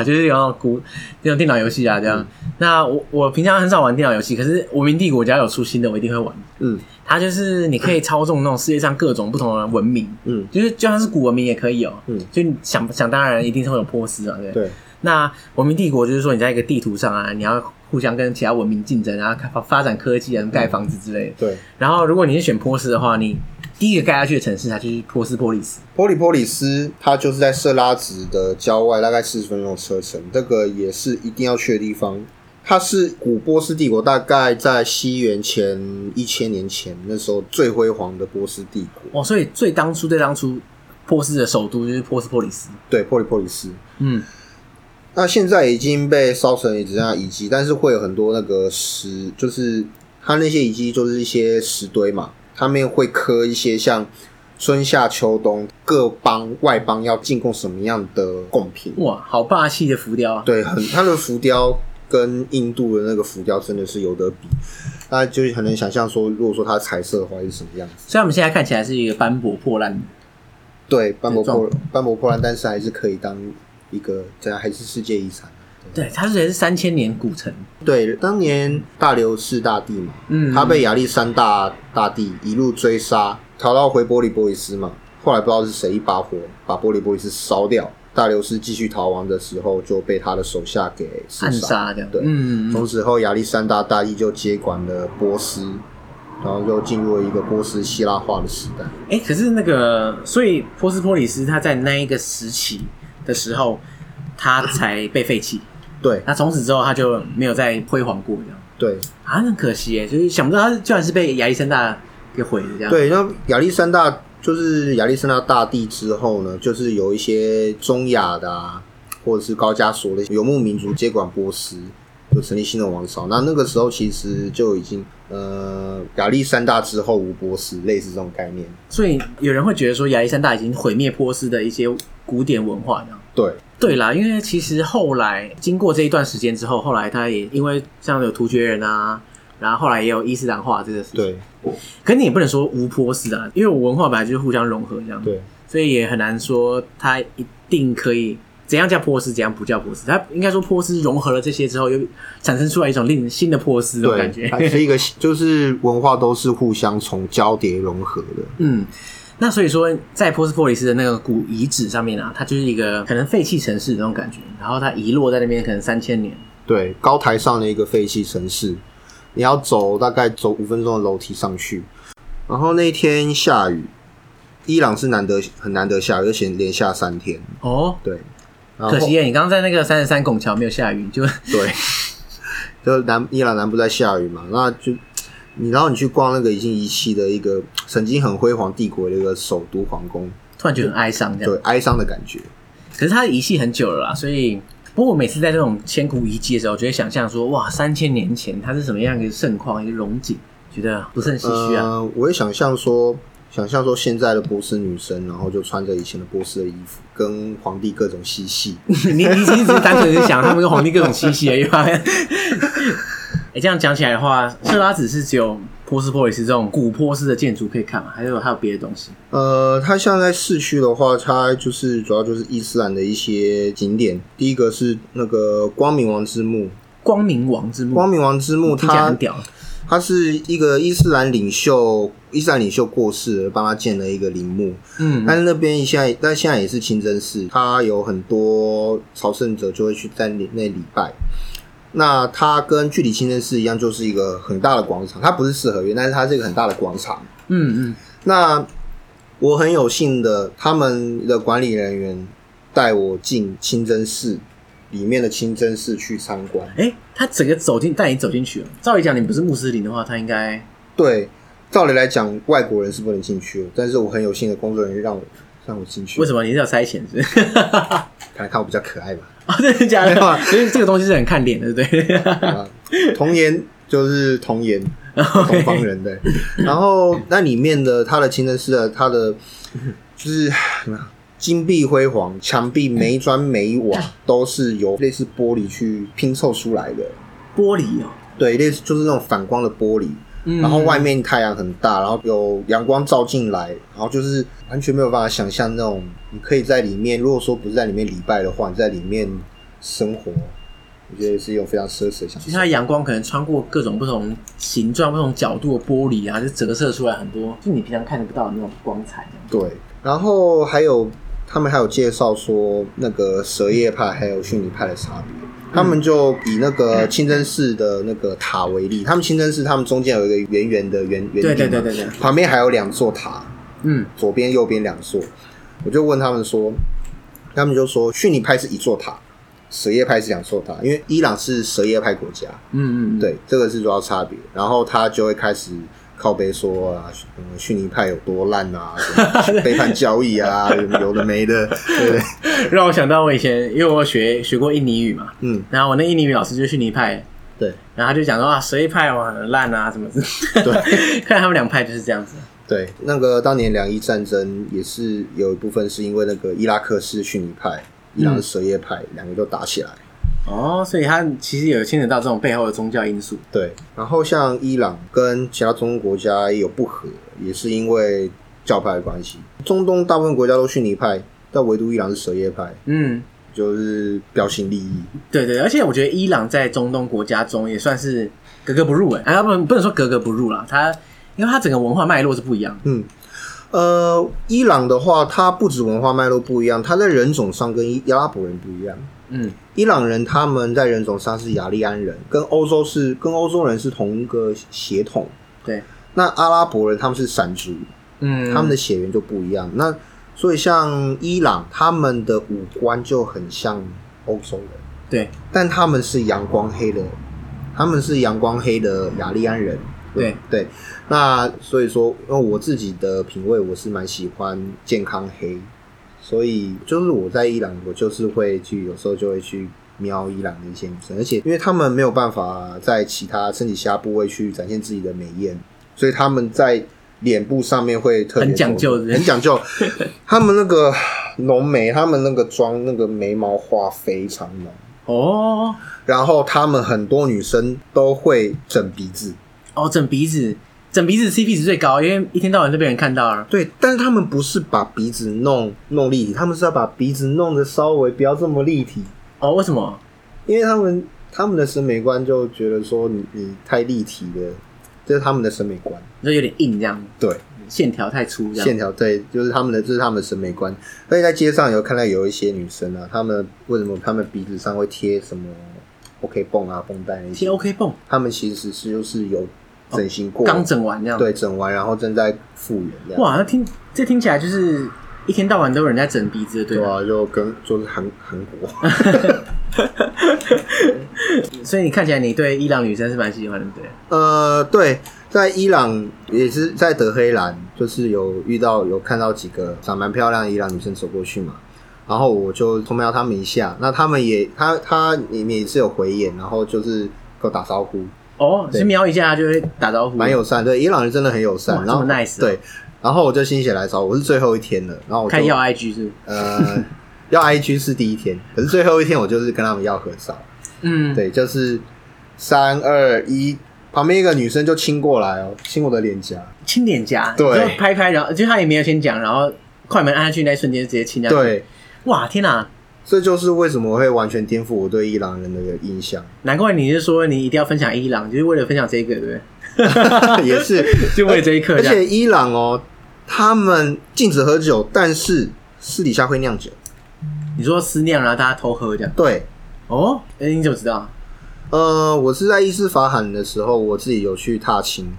就是有那种古那种电脑游戏啊这样。嗯那我我平常很少玩电脑游戏，可是《文明帝国》只要有出新的，我一定会玩。嗯它就是你可以操纵那种世界上各种不同的文明，嗯就是就算是古文明也可以哦、嗯，就你想想当然一定是会有波斯嘛，啊对不对对。那文明帝国就是说，你在一个地图上啊，你要互相跟其他文明竞争，然后开 发发展科技啊，盖房子之类的。对，然后，如果你是选波斯的话，你第一个盖下去的城市，它就是波斯波利斯。波里波里斯它就是在色拉子的郊外，大概四十分钟的车程，这个也是一定要去的地方。它是古波斯帝国大概在西元前一千年前那时候最辉煌的波斯帝国。哦，所以最当初最当初，波斯的首都就是波斯波利斯。对，波里波里斯。嗯，那现在已经被烧成也只剩下遗迹，但是会有很多那个石，就是它那些遗迹就是一些石堆嘛，他们会刻一些像春夏秋冬各邦外邦要进贡什么样的贡品。哇，好霸气的浮雕啊！对，很它的浮雕跟印度的那个浮雕真的是有得比，那就很能想象说，如果说它彩色的话是什么样子。虽然我们现在看起来是一个斑驳破烂的，对，斑驳这种破斑驳破烂，但是还是可以当一个，这样还是世界遗产。对，它是也是三千年古城，对，当年大流士大帝嘛，嗯他被亚历山大大帝一路追杀，逃到回波利波利斯嘛。后来不知道是谁一把火把波利波利斯烧掉，大流士继续逃亡的时候就被他的手下给暗刺杀这样，对，嗯，从此后亚历山大大帝就接管了波斯，然后又进入了一个波斯希腊化的时代。哎、可是那个，所以波斯波里斯他在那一个时期的时候，他才被废弃，对那从此之后他就没有再辉煌过这样，对啊，很可惜耶，就是想不到他居然是被亚历山大给毁了这样，，对，那亚历山大就是亚历山大大帝之后呢，就是有一些中亚的啊，或者是高加索的游牧民族接管波斯，就成立新的王朝。那那个时候其实就已经呃，亚历山大之后无波斯，类似这种概念。所以有人会觉得说亚历山大已经毁灭波斯的一些古典文化这样。对对啦，因为其实后来经过这一段时间之后，后来他也因为像有突厥人啊，然后后来也有伊斯兰化这个事情。对可你也不能说无波斯啊，因为我文化本来就是互相融合这样，对所以也很难说它一定可以怎样叫波斯，怎样不叫波斯。它应该说波斯融合了这些之后，又产生出来一种令新的波斯这种感对，觉。它是一个就是文化都是互相从交叠融合的。嗯，那所以说，在波斯波利斯的那个古遗址上面啊，它就是一个可能废弃城市的那种感觉，然后它遗落在那边可能三千年。对，高台上的一个废弃城市，你要走大概走五分钟的楼梯上去。然后那天下雨，伊朗是难得很难得下雨，而且连下三天。哦，对，然后可惜耶，你刚刚在那个三十三拱桥没有下雨，就对，就南伊朗南部在下雨嘛，那就你然后你去逛那个已经遗弃的一个曾经很辉煌帝国的一个首都皇宫，突然觉得很哀伤这样对。，哀伤的感觉。可是它遗弃很久了啦，所以不过我每次在这种千古遗迹的时候，我就会想象说，哇，三千年前它是什么样一个盛况、一个荣景，觉得不是很唏嘘啊。呃，我也想象说，想象说现在的波斯女生，然后就穿着以前的波斯的衣服，跟皇帝各种嬉戏。 你你其实只是单纯是想他们跟皇帝各种嬉戏而已吧？哎、这样讲起来的话，色拉只是只有波斯波里斯这种古波斯的建筑可以看嘛，还有还有别的东西？呃，它像在市区的话，它就是主要就是伊斯兰的一些景点。第一个是那个光明王之墓，光明王之墓，光明王之嗯墓听起来它很屌。它是一个伊斯兰领袖，伊斯兰领袖过世了，帮他建了一个陵墓。嗯，但是那边现在，但现在也是清真寺，它有很多朝圣者就会去在那那礼拜。那它跟距离清真寺一样，就是一个很大的广场，它不是四合院，但是它是一个很大的广场。嗯嗯，那我很有幸的，他们的管理人员带我进清真寺里面的清真寺去参观。哎、他整个走进带你走进去了。哦照理讲，你不是穆斯林的话，他应该对，照理来讲，外国人是不能进去的，但是我很有幸的工作人员让我让我进去。为什么？么你是要塞钱是不是？可能看我比较可爱吧。哦，真的假的没有啊？所以这个东西是很看脸的，对不对？啊， 童颜就是童颜，东方人对。然后那里面的它的清真寺的它的就是金碧辉煌，墙壁每一砖每一瓦都是由类似玻璃去拼凑出来的， 玻璃哦，对，类似就是那种反光的玻璃。嗯然后外面太阳很大，然后有阳光照进来，然后就是完全没有办法想象那种你可以在里面，如果说不是在里面礼拜的话，你在里面生活，我觉得是一种非常奢侈的想其象实。它的阳光可能穿过各种不同形状、不同角度的玻璃啊，就折射出来很多，就你平常看得不到的那种光彩。对，然后还有他们还有介绍说那个什叶派还有逊尼派的差别。嗯他们就以那个清真寺的那个塔为例，他们清真寺他们中间有一个圆圆的圆圆对对顶嘛对对对，旁边还有两座塔，嗯，左边右边两座。我就问他们说，他们就说逊尼派是一座塔，什叶派是两座塔，因为伊朗是什叶派国家，嗯嗯，嗯，对，这个是主要差别。然后他就会开始靠背说啊，嗯逊尼派有多烂啊，什么背叛交易啊，有的没的，对不对？让我想到我以前，因为我学学过印尼语嘛，嗯，然后我那印尼语老师就是逊尼派，对然后他就讲说啊，谁派我很烂啊，什么之类的。对， 看来他们两派就是这样子。对，那个当年两伊战争也是有一部分是因为那个伊拉克是逊尼派，伊朗是什叶派，两个都打起来。哦，所以他其实有牵扯到这种背后的宗教因素。对，然后像伊朗跟其他中东国家也有不和，也是因为教派的关系。中东大部分国家都逊尼派，但唯独伊朗是什叶派，嗯，就是标新立异。对对，而且我觉得伊朗在中东国家中也算是格格不入哎，啊不不能说格格不入啦，它因为它整个文化脉络是不一样的。嗯，呃，伊朗的话，它不止文化脉络不一样，它在人种上跟伊阿拉伯人不一样。嗯，伊朗人他们在人种上是雅利安人，跟欧洲是跟欧洲人是同一个血统。对，那阿拉伯人他们是闪族，嗯，他们的血缘就不一样。那所以像伊朗，他们的五官就很像欧洲人，对但他们是阳光黑的，他们是阳光黑的雅利安人。对，对，那所以说，因为我自己的品味，我是蛮喜欢健康黑，所以就是我在伊朗，我就是会去，有时候就会去瞄伊朗的一些女生，而且因为他们没有办法在其他身体其他部位去展现自己的美艳，所以他们在脸部上面会特别很讲究着是很 讲究。他们那个浓眉，他们那个妆，那个眉毛画非常浓，哦然后他们很多女生都会整鼻子。哦，整鼻子，整鼻子 CP 值最高，因为一天到晚都被人看到了。啊对，但是他们不是把鼻子弄弄立体，他们是要把鼻子弄得稍微不要这么立体，哦，为什么？因为他们他们的审美观就觉得说你你太立体了，这是他们的审美观，就有点硬这样，对，线条太粗这线样。条对，就是他们的这是他们的审美观。而且在街上有看到有一些女生啊，她们为什么她们鼻子上会贴什么 OK 绷啊、绷带那贴些， OK 哦泵，她们其实是就是有整形过，刚整完这样。，对整完然后正在复原这样。啊哇，那听这听起来就是一天到晚都有人在整鼻子的，对吧？啊，就跟就是韩韩国，所以你看起来你对伊朗女生是蛮喜欢的，对？呃，对，在伊朗也是在德黑兰，就是有遇到有看到几个长蛮漂亮的伊朗女生走过去嘛，然后我就偷瞄他们一下，那他们也他他里面也是有回眼，然后就是给我打招呼，哦，对是瞄一下就会打招呼，蛮友 善，对，伊朗人真的很友哇善，然后这么 nice 哦对，然后我就心血来潮，我是最后一天了，然后我就看要 IG 是不是？呃要 IG 是第一天，可是最后一天我就是跟他们要合 照。嗯，对，就是三二一，旁边一个女生就亲过来哦，亲我的脸颊。亲脸颊，对就拍拍，然后就他也没有先讲，然后快门按下去那一瞬间就直接亲下去。，对，哇，天哪、这就是为什么会完全颠覆我对伊朗人的印象， 难怪你是说你一定要分享伊朗，就是为了分享这一个，对不对？也是， 就为了这一刻而这样，且伊朗哦，他们禁止喝酒，但是私底下会酿酒。你说思念，然后大家偷喝这样。对，哦，哎、你怎么知道？呃，我是在伊斯法罕的时候，我自己有去踏青，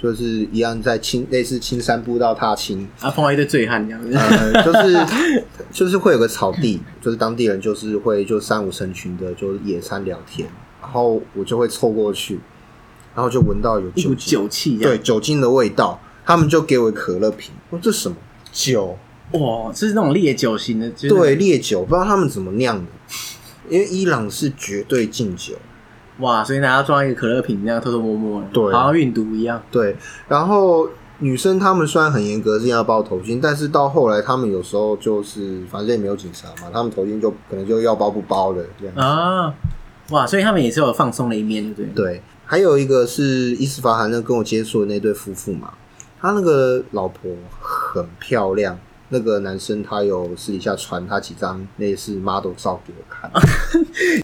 就是一样在青类似青山步道踏青，啊，碰到一堆醉汉这样子。 呃，就是就是会有个草地，就是当地人就是会就三五成群的就野餐聊天，然后我就会凑过去，然后就闻到有一酒股精，酒气这对样。酒精的味道，他们就给我可乐瓶，我说这什么酒？对，哇，这是那种烈酒型的，就是、对，，烈酒，不知道他们怎么酿的，因为伊朗是绝对禁酒，哇，所以拿到装一个可乐瓶这样偷偷摸摸的，对好像运毒一样。对，然后。女生她们虽然很严格，是要包头巾，但是到后来她们有时候就是反正也没有警察嘛，她们头巾就可能就要包不包了这样。啊，哇，所以他们也是有放松的一面，对不对？对，还有一个是伊斯法罕那跟我接触的那对夫妇嘛，他那个老婆很漂亮，那个男生他有私底下传他几张类似 model 照给我看。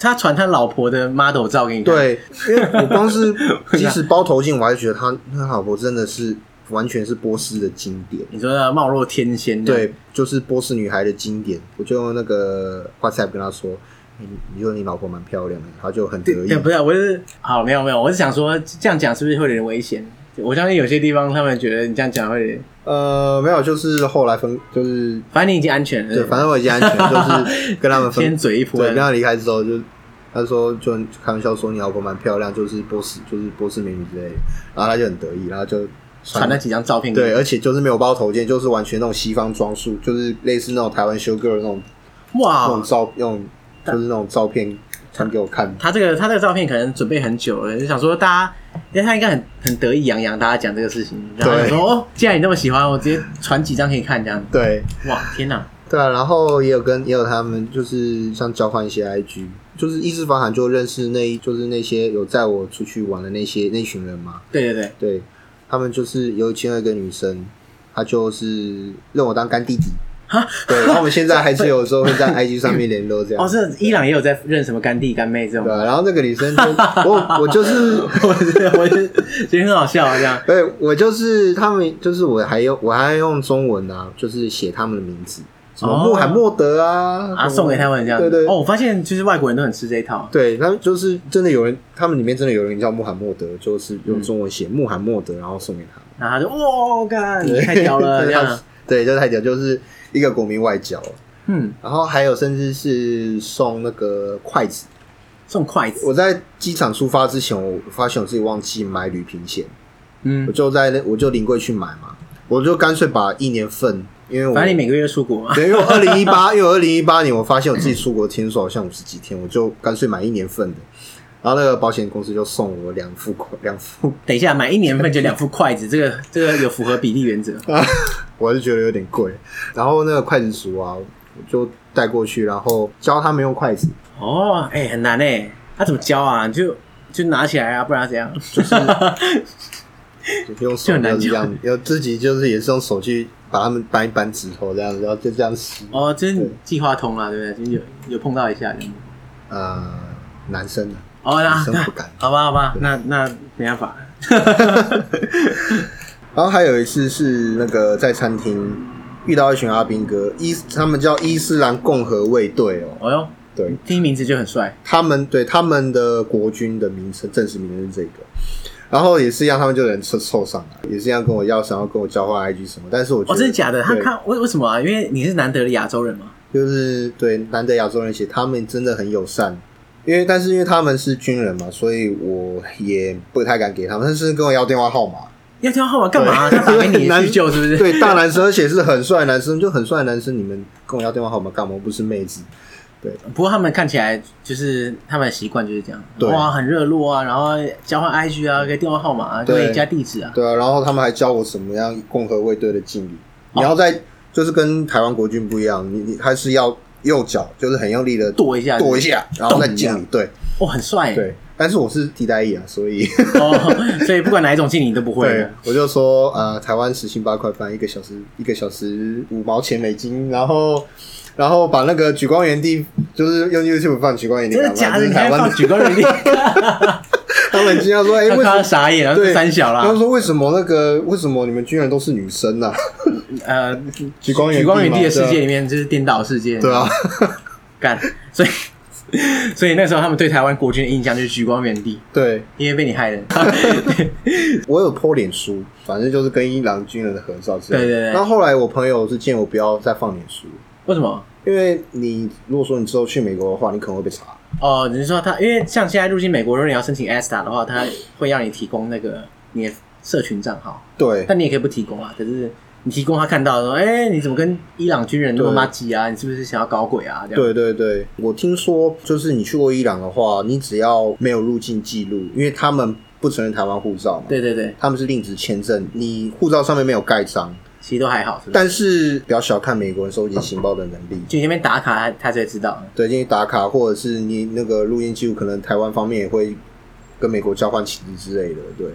他传他老婆的 model 照给你看，，对，因为 我光是即使包头巾，我还觉得他他老婆真的是完全是波斯的经典。你说那貌若天仙，，对，就是波斯女孩的经典。我就用那个 WhatsApp 跟他说：“哎你你说你老婆蛮漂亮的。”他就很得意对，。不是，我是好，没有没有，我是想说这样讲是不是会有点危险？我相信有些地方他们觉得你这样讲会有点，呃，没有，就是后来分，就是反正你已经安全了，对，反正我已经安全，就是跟他们 分先嘴一泼对，跟他离开之后就，他说就开玩笑说你老婆蛮漂亮，就是波斯就是波斯美女之类的，然后他就很得意，然后就传了几张照片给对，你。而且就是没有包头巾，就是完全那种西方装束，就是类似那种台湾修 girl 那种、那哇种，照，那种就是那种照片传给我看。他这个他这个照片可能准备很久了，就想说大家，因为他应该很很得意洋洋，大家讲这个事情，然后对说哦，既然你这么喜欢，我直接传几张给你看，这样。对哇，天哪！对啊，然后也有跟也有他们就是像交换一些 IG，就是意识访谈就认识那一就是那些有载我出去玩的那些那群人嘛，对对对，对他们就是有其中一个女生，她就是认我当干弟弟。啊 对，然后我们现在还是有时候会在 IG 上面联络这样。哦，这伊朗也有在认什么干弟干妹这种啊对，啊，然后那个女生就我我就是， 我是我是觉得很好笑，这样。对我就是他们就是我还用我还用中文啊，就是写他们的名字，什么哦穆罕默德啊，啊，什么送给他们这样子。对对哦，我发现就是外国人都很吃这一套。对，他们就是真的有人，他们里面真的有人叫穆罕默德，就是用中文写穆罕默德，然后送给他们。然后他就哇，干，你太屌了，这 对样。对，就太屌，就是一个国民外交。嗯，然后还有甚至是送那个筷子。送筷子。我在机场出发之前，我发现我自己忘记买旅行险，我嗯，就在那我就临柜去买嘛，我就干脆把一年份，因为我反正你每个月出国嘛。 对，因为我二零一八，因为我二零一八年我发现我自己出国的天数好像五十几天，我就干脆买一年份的。然后那个保险公司就送我两副筷两副， 等一下，买一年份就两副筷子，这个这个有符合比例原则。我还是觉得有点贵。然后那个筷子叔啊，我就带过去，然后教他们用筷子，哦，哎、很难哎、他、怎么教啊？你就就拿起来啊，不然怎样？ 用就手很难就是这教样，有自己就是也是用手去把他们扳一扳指头这样，然后就这样洗。哦，真是计划通了，对不对？就有有碰到一下这样。呃，男生啊，哦，那女生不敢那好吧，好吧，那那没办法。 然后还有一次是那个在餐厅遇到一群阿兵哥，伊他们叫伊斯兰共和卫队哦，哦哟，对，听名字就很帅。他们对他们的国军的名称正式名称是这个，然后也是一样，他们就有人凑凑上来，也是一样跟我要，想要跟我交换 IG 什么，但是我觉得、哦，真的假的？他对看为为什么啊？因为你是难得的亚洲人嘛。就是对难得亚洲人写，他们真的很友善。因为但是因为他们是军人嘛，所以我也不太敢给他们，但是跟我要电话号码。要电话号码干嘛、对他 打给你男叙旧是不是？对，大男生而且是很帅的男生，就很帅的男生，你们跟我要电话号码干嘛？我不是妹子，不过他们看起来就是他们的习惯就是这样，对哇，很热络啊，然后交换 IG 啊，跟电话号码啊，对跟加地址啊，对啊。然后他们还教我怎么样共和卫队的敬礼，你要在就是跟台湾国军不一样，你你还是要右脚就是很用力的跺一下，跺一，下，然后再敬咚一礼，对哦，很帅，，对。但是我是替代役啊，所以哦， 所以不管哪一种敬礼你都不会对的，我就说呃，台湾时薪八块半，一个小时一个小时五毛钱美金，然后。然后把那个举光原地，就是用 YouTube 放举光原地真干的假的？嘛，这是你台还湾放的举高人力，他们经 常 说：“哎、他为什他么傻眼，然后对嗯三小他啦们，说为什么那个为什么你们军人都是女生 呢、啊？呃，举光原举光原嘛地的世界对啊里面就是颠倒世界，对啊， 干，所以 所以那时候他们对台湾国军的印象就是举光原地，对因为被你害的， 我有 po 脸书，反正就是跟伊朗军人的合照之类的。对对对然后后来我朋友是建议我不要再放脸书，为什么？因为你如果说你之后去美国的话，你可能会被查。哦，你是说他，因为像现在入境美国，如果你要申请 ESTA 的话，他会要你提供那个你的社群账号，对但你也可以不提供啊。可是你提供，他看到说，哎、你怎么跟伊朗军人那么对垃圾啊？你是不是想要搞鬼啊？这样，对对对，我听说就是你去过伊朗的话，你只要没有入境记录，因为他们不承认台湾护照嘛，对对对，他们是另执签证，你护照上面没有盖章。其实都还好，是不是？但是不要小看美国人收集情报的能力，去那边打卡，他他才知道。对，进去打卡，或者是你那个录音记录，可能台湾方面也会跟美国交换旗帜之类的。对，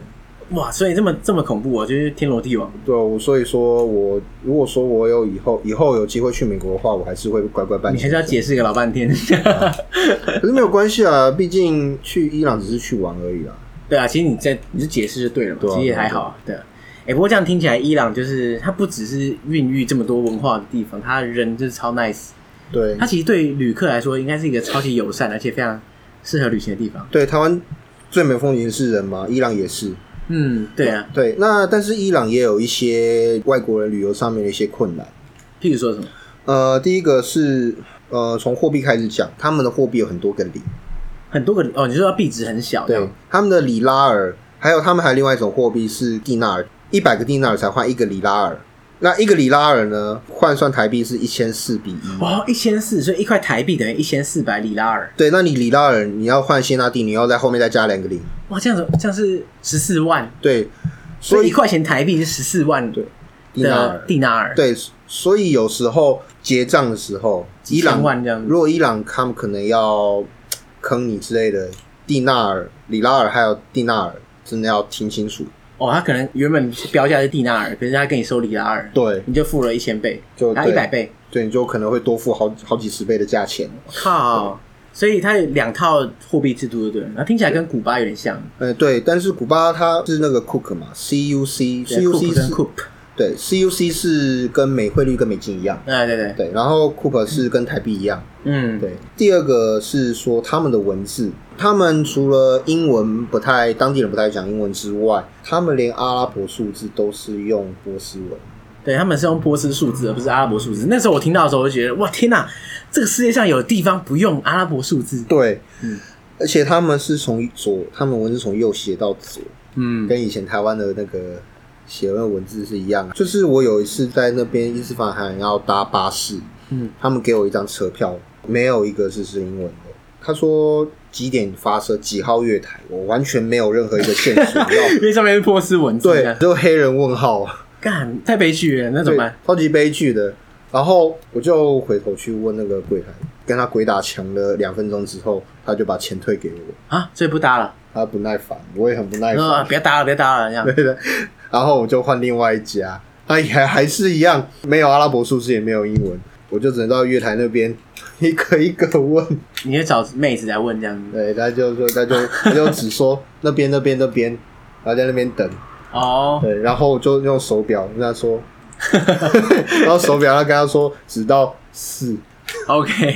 哇，所以这么这么恐怖哦，就是天罗地网。对我所以说我如果说我有以后以后有机会去美国的话，我还是会乖乖办你还是要签证。解释个老半 天。啊可是没有关系啊，毕竟去伊朗只是去玩而已啦。对啊，其实你在你就解释就对了嘛，对啊其实也还好啊。对啊，哎、不过这样听起来，伊朗就是它不只是孕育这么多文化的地方，它人就是超 nice。对它，其实对旅客来说，应该是一个超级友善而且非常适合旅行的地方。对，台湾最美风景是人嘛，伊朗也是。嗯，对啊，对，那但是伊朗也有一些外国人旅游上面的一些困难。譬如说什么，呃，第一个是呃，从货币开始讲，他们的货币有很多个零。很多个哦，你说它币值很小，这对样，他们的里拉尔，还有他们还有另外一种货币是蒂纳尔，一百个定纳尔才换一个里拉尔。那一个里拉尔呢，换算台币是一千四比一。哇，一千四，所以一块台币等于一千四百里拉尔。对，那你里拉尔你要换谢纳蒂，你要在后面再加两个零。哇，这样子这样是十四万，对，所所以一以块啊钱台币是十四万对迪纳的尔蒂纳尔。，对，所以有时候结账的时候，几伊千朗万这样子如果伊朗他们可能要坑你之类的，蒂纳尔、里拉尔还有蒂纳尔，真的要听清楚。哦，他可能原本标价是蒂纳尔，可是他跟你收里拉尔，对，你就付了一千倍，就然后一百倍。哦对，你就可能会多付好好几十倍的价钱。靠！所以它有两套货币制度，对不对了？然后听起来跟古巴有点像呃，对，但是古巴它是那个 Cook 嘛，Coop ，CUC，CUC 跟是 Coop，对，CUC 是跟美汇率跟美金一样，哎，对对，对，然后 Cook 是跟台币一样，嗯，对，第二个是说他们的文字，他们除了英文不太，当地人不太讲英文之外，他们连阿拉伯数字都是用波斯文。对，他们是用波斯数字，而不是阿拉伯数字。那时候我听到的时候，我就觉得哇，天哪，这个世界上有地方不用阿拉伯数字。对，嗯而且他们是从左，他们文字从右写到左，嗯，跟以前台湾的那个写的文字是一样的。就是我有一次在那边伊斯法罕要搭巴士，嗯，他们给我一张车票，没有一个是是英文的。他说几点发车，几号月台，我完全没有任何一个线索要因为上面是波斯文字。对，，就黑人问号，干太悲剧了，那怎么对办？，超级悲剧的。然后我就回头去问那个柜台，跟他鬼打墙了两分钟之后，他就把钱退给我，啊，所以不搭了，他不耐烦，我也很不耐啊，烦，不要搭了，不要搭了，这样。 对的。然后我就换另外一家，他也还还是一样，没有阿拉伯数字，也没有英文，我就只能到月台那边一个一个问，你就找妹子来问这样子。对，他就说他就他就只说 那边那边那边，然后在那边等，哦，对，然后我就用手表跟他说， 然后手表他跟他说直到四 OK，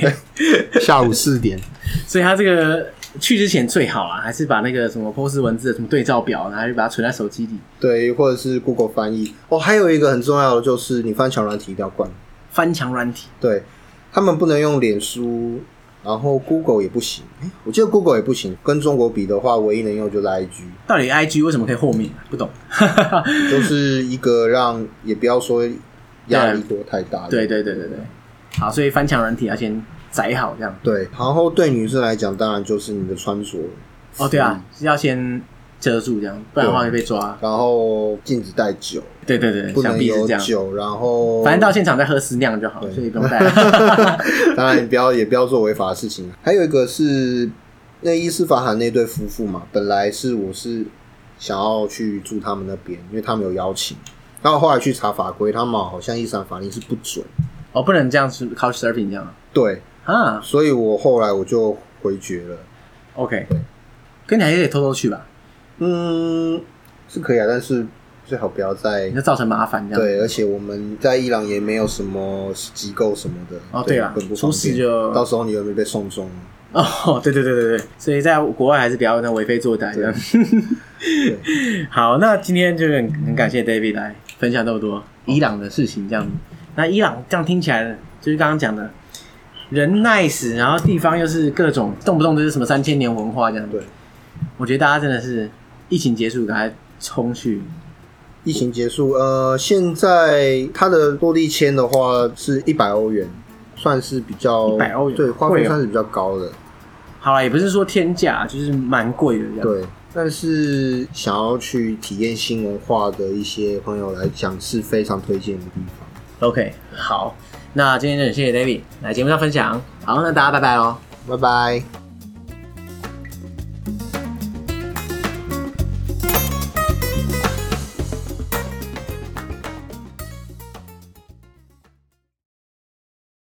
下午四点，所以他这个去之前最好啦，还是把那个什么波斯文字的什么对照表，然后就把它存在手机里。 对，或者是 Google 翻译。哦，还有一个很重要的就是你翻墙软体一定要关，翻墙软体，对他们不能用脸书，然后 Google 也不行，诶我记得 Google 也不行，跟中国比的话，唯一能用就是 IG，到底 IG 为什么可以豁免？啊不懂。 就是一个让也不要说压力多太大，对对对对对，好，所以翻墙软体要先载好这样。对，然后对女生来讲，当然就是你的穿着。哦，对啊，是要先遮住这样，不然的话会被抓。然后禁止带酒，对对对，不想能必是有这样。酒，然后反正到现场再喝私酿就好，对所以不用带了。当然，你不要也不要做违法的事情。还有一个是那伊斯法罕那对夫妇嘛，本来是我是想要去住他们那边，因为他们有邀请。然后后来去查法规，他们好像伊斯兰法令是不准。哦，不能这样是 couch surfing 这样对，啊。所以我后来我就回绝了。 OK，跟你还是得偷偷去吧，嗯，是可以啊，但是最好不要再你就造成麻烦这样。对，而且我们在伊朗也没有什么机构什么的。哦对对啊很不出方事便。就到时候你有没有被送终？哦，对对对对对，所以在国外还是不要那为非作歹这样。 好，那今天就是很很感谢 David 来分享那么多伊朗的事情，这样子。那伊朗这样听起来，就是刚刚讲的，人 nice，然后地方又是各种动不动就是什么三千年文化这样。对，我觉得大家真的是疫情结束赶快冲去，疫情结束，呃，现在它的落地签的话是一百欧元，算是比较100欧元对，花费贵哦算是比较高的，好了，也不是说天价，就是蛮贵的这样。，对。但是想要去体验新文化的一些朋友来讲，是非常推荐的地方。 OK，好，那今天就很谢谢 David 来节目上分享。好，那大家拜拜喽。哦拜拜。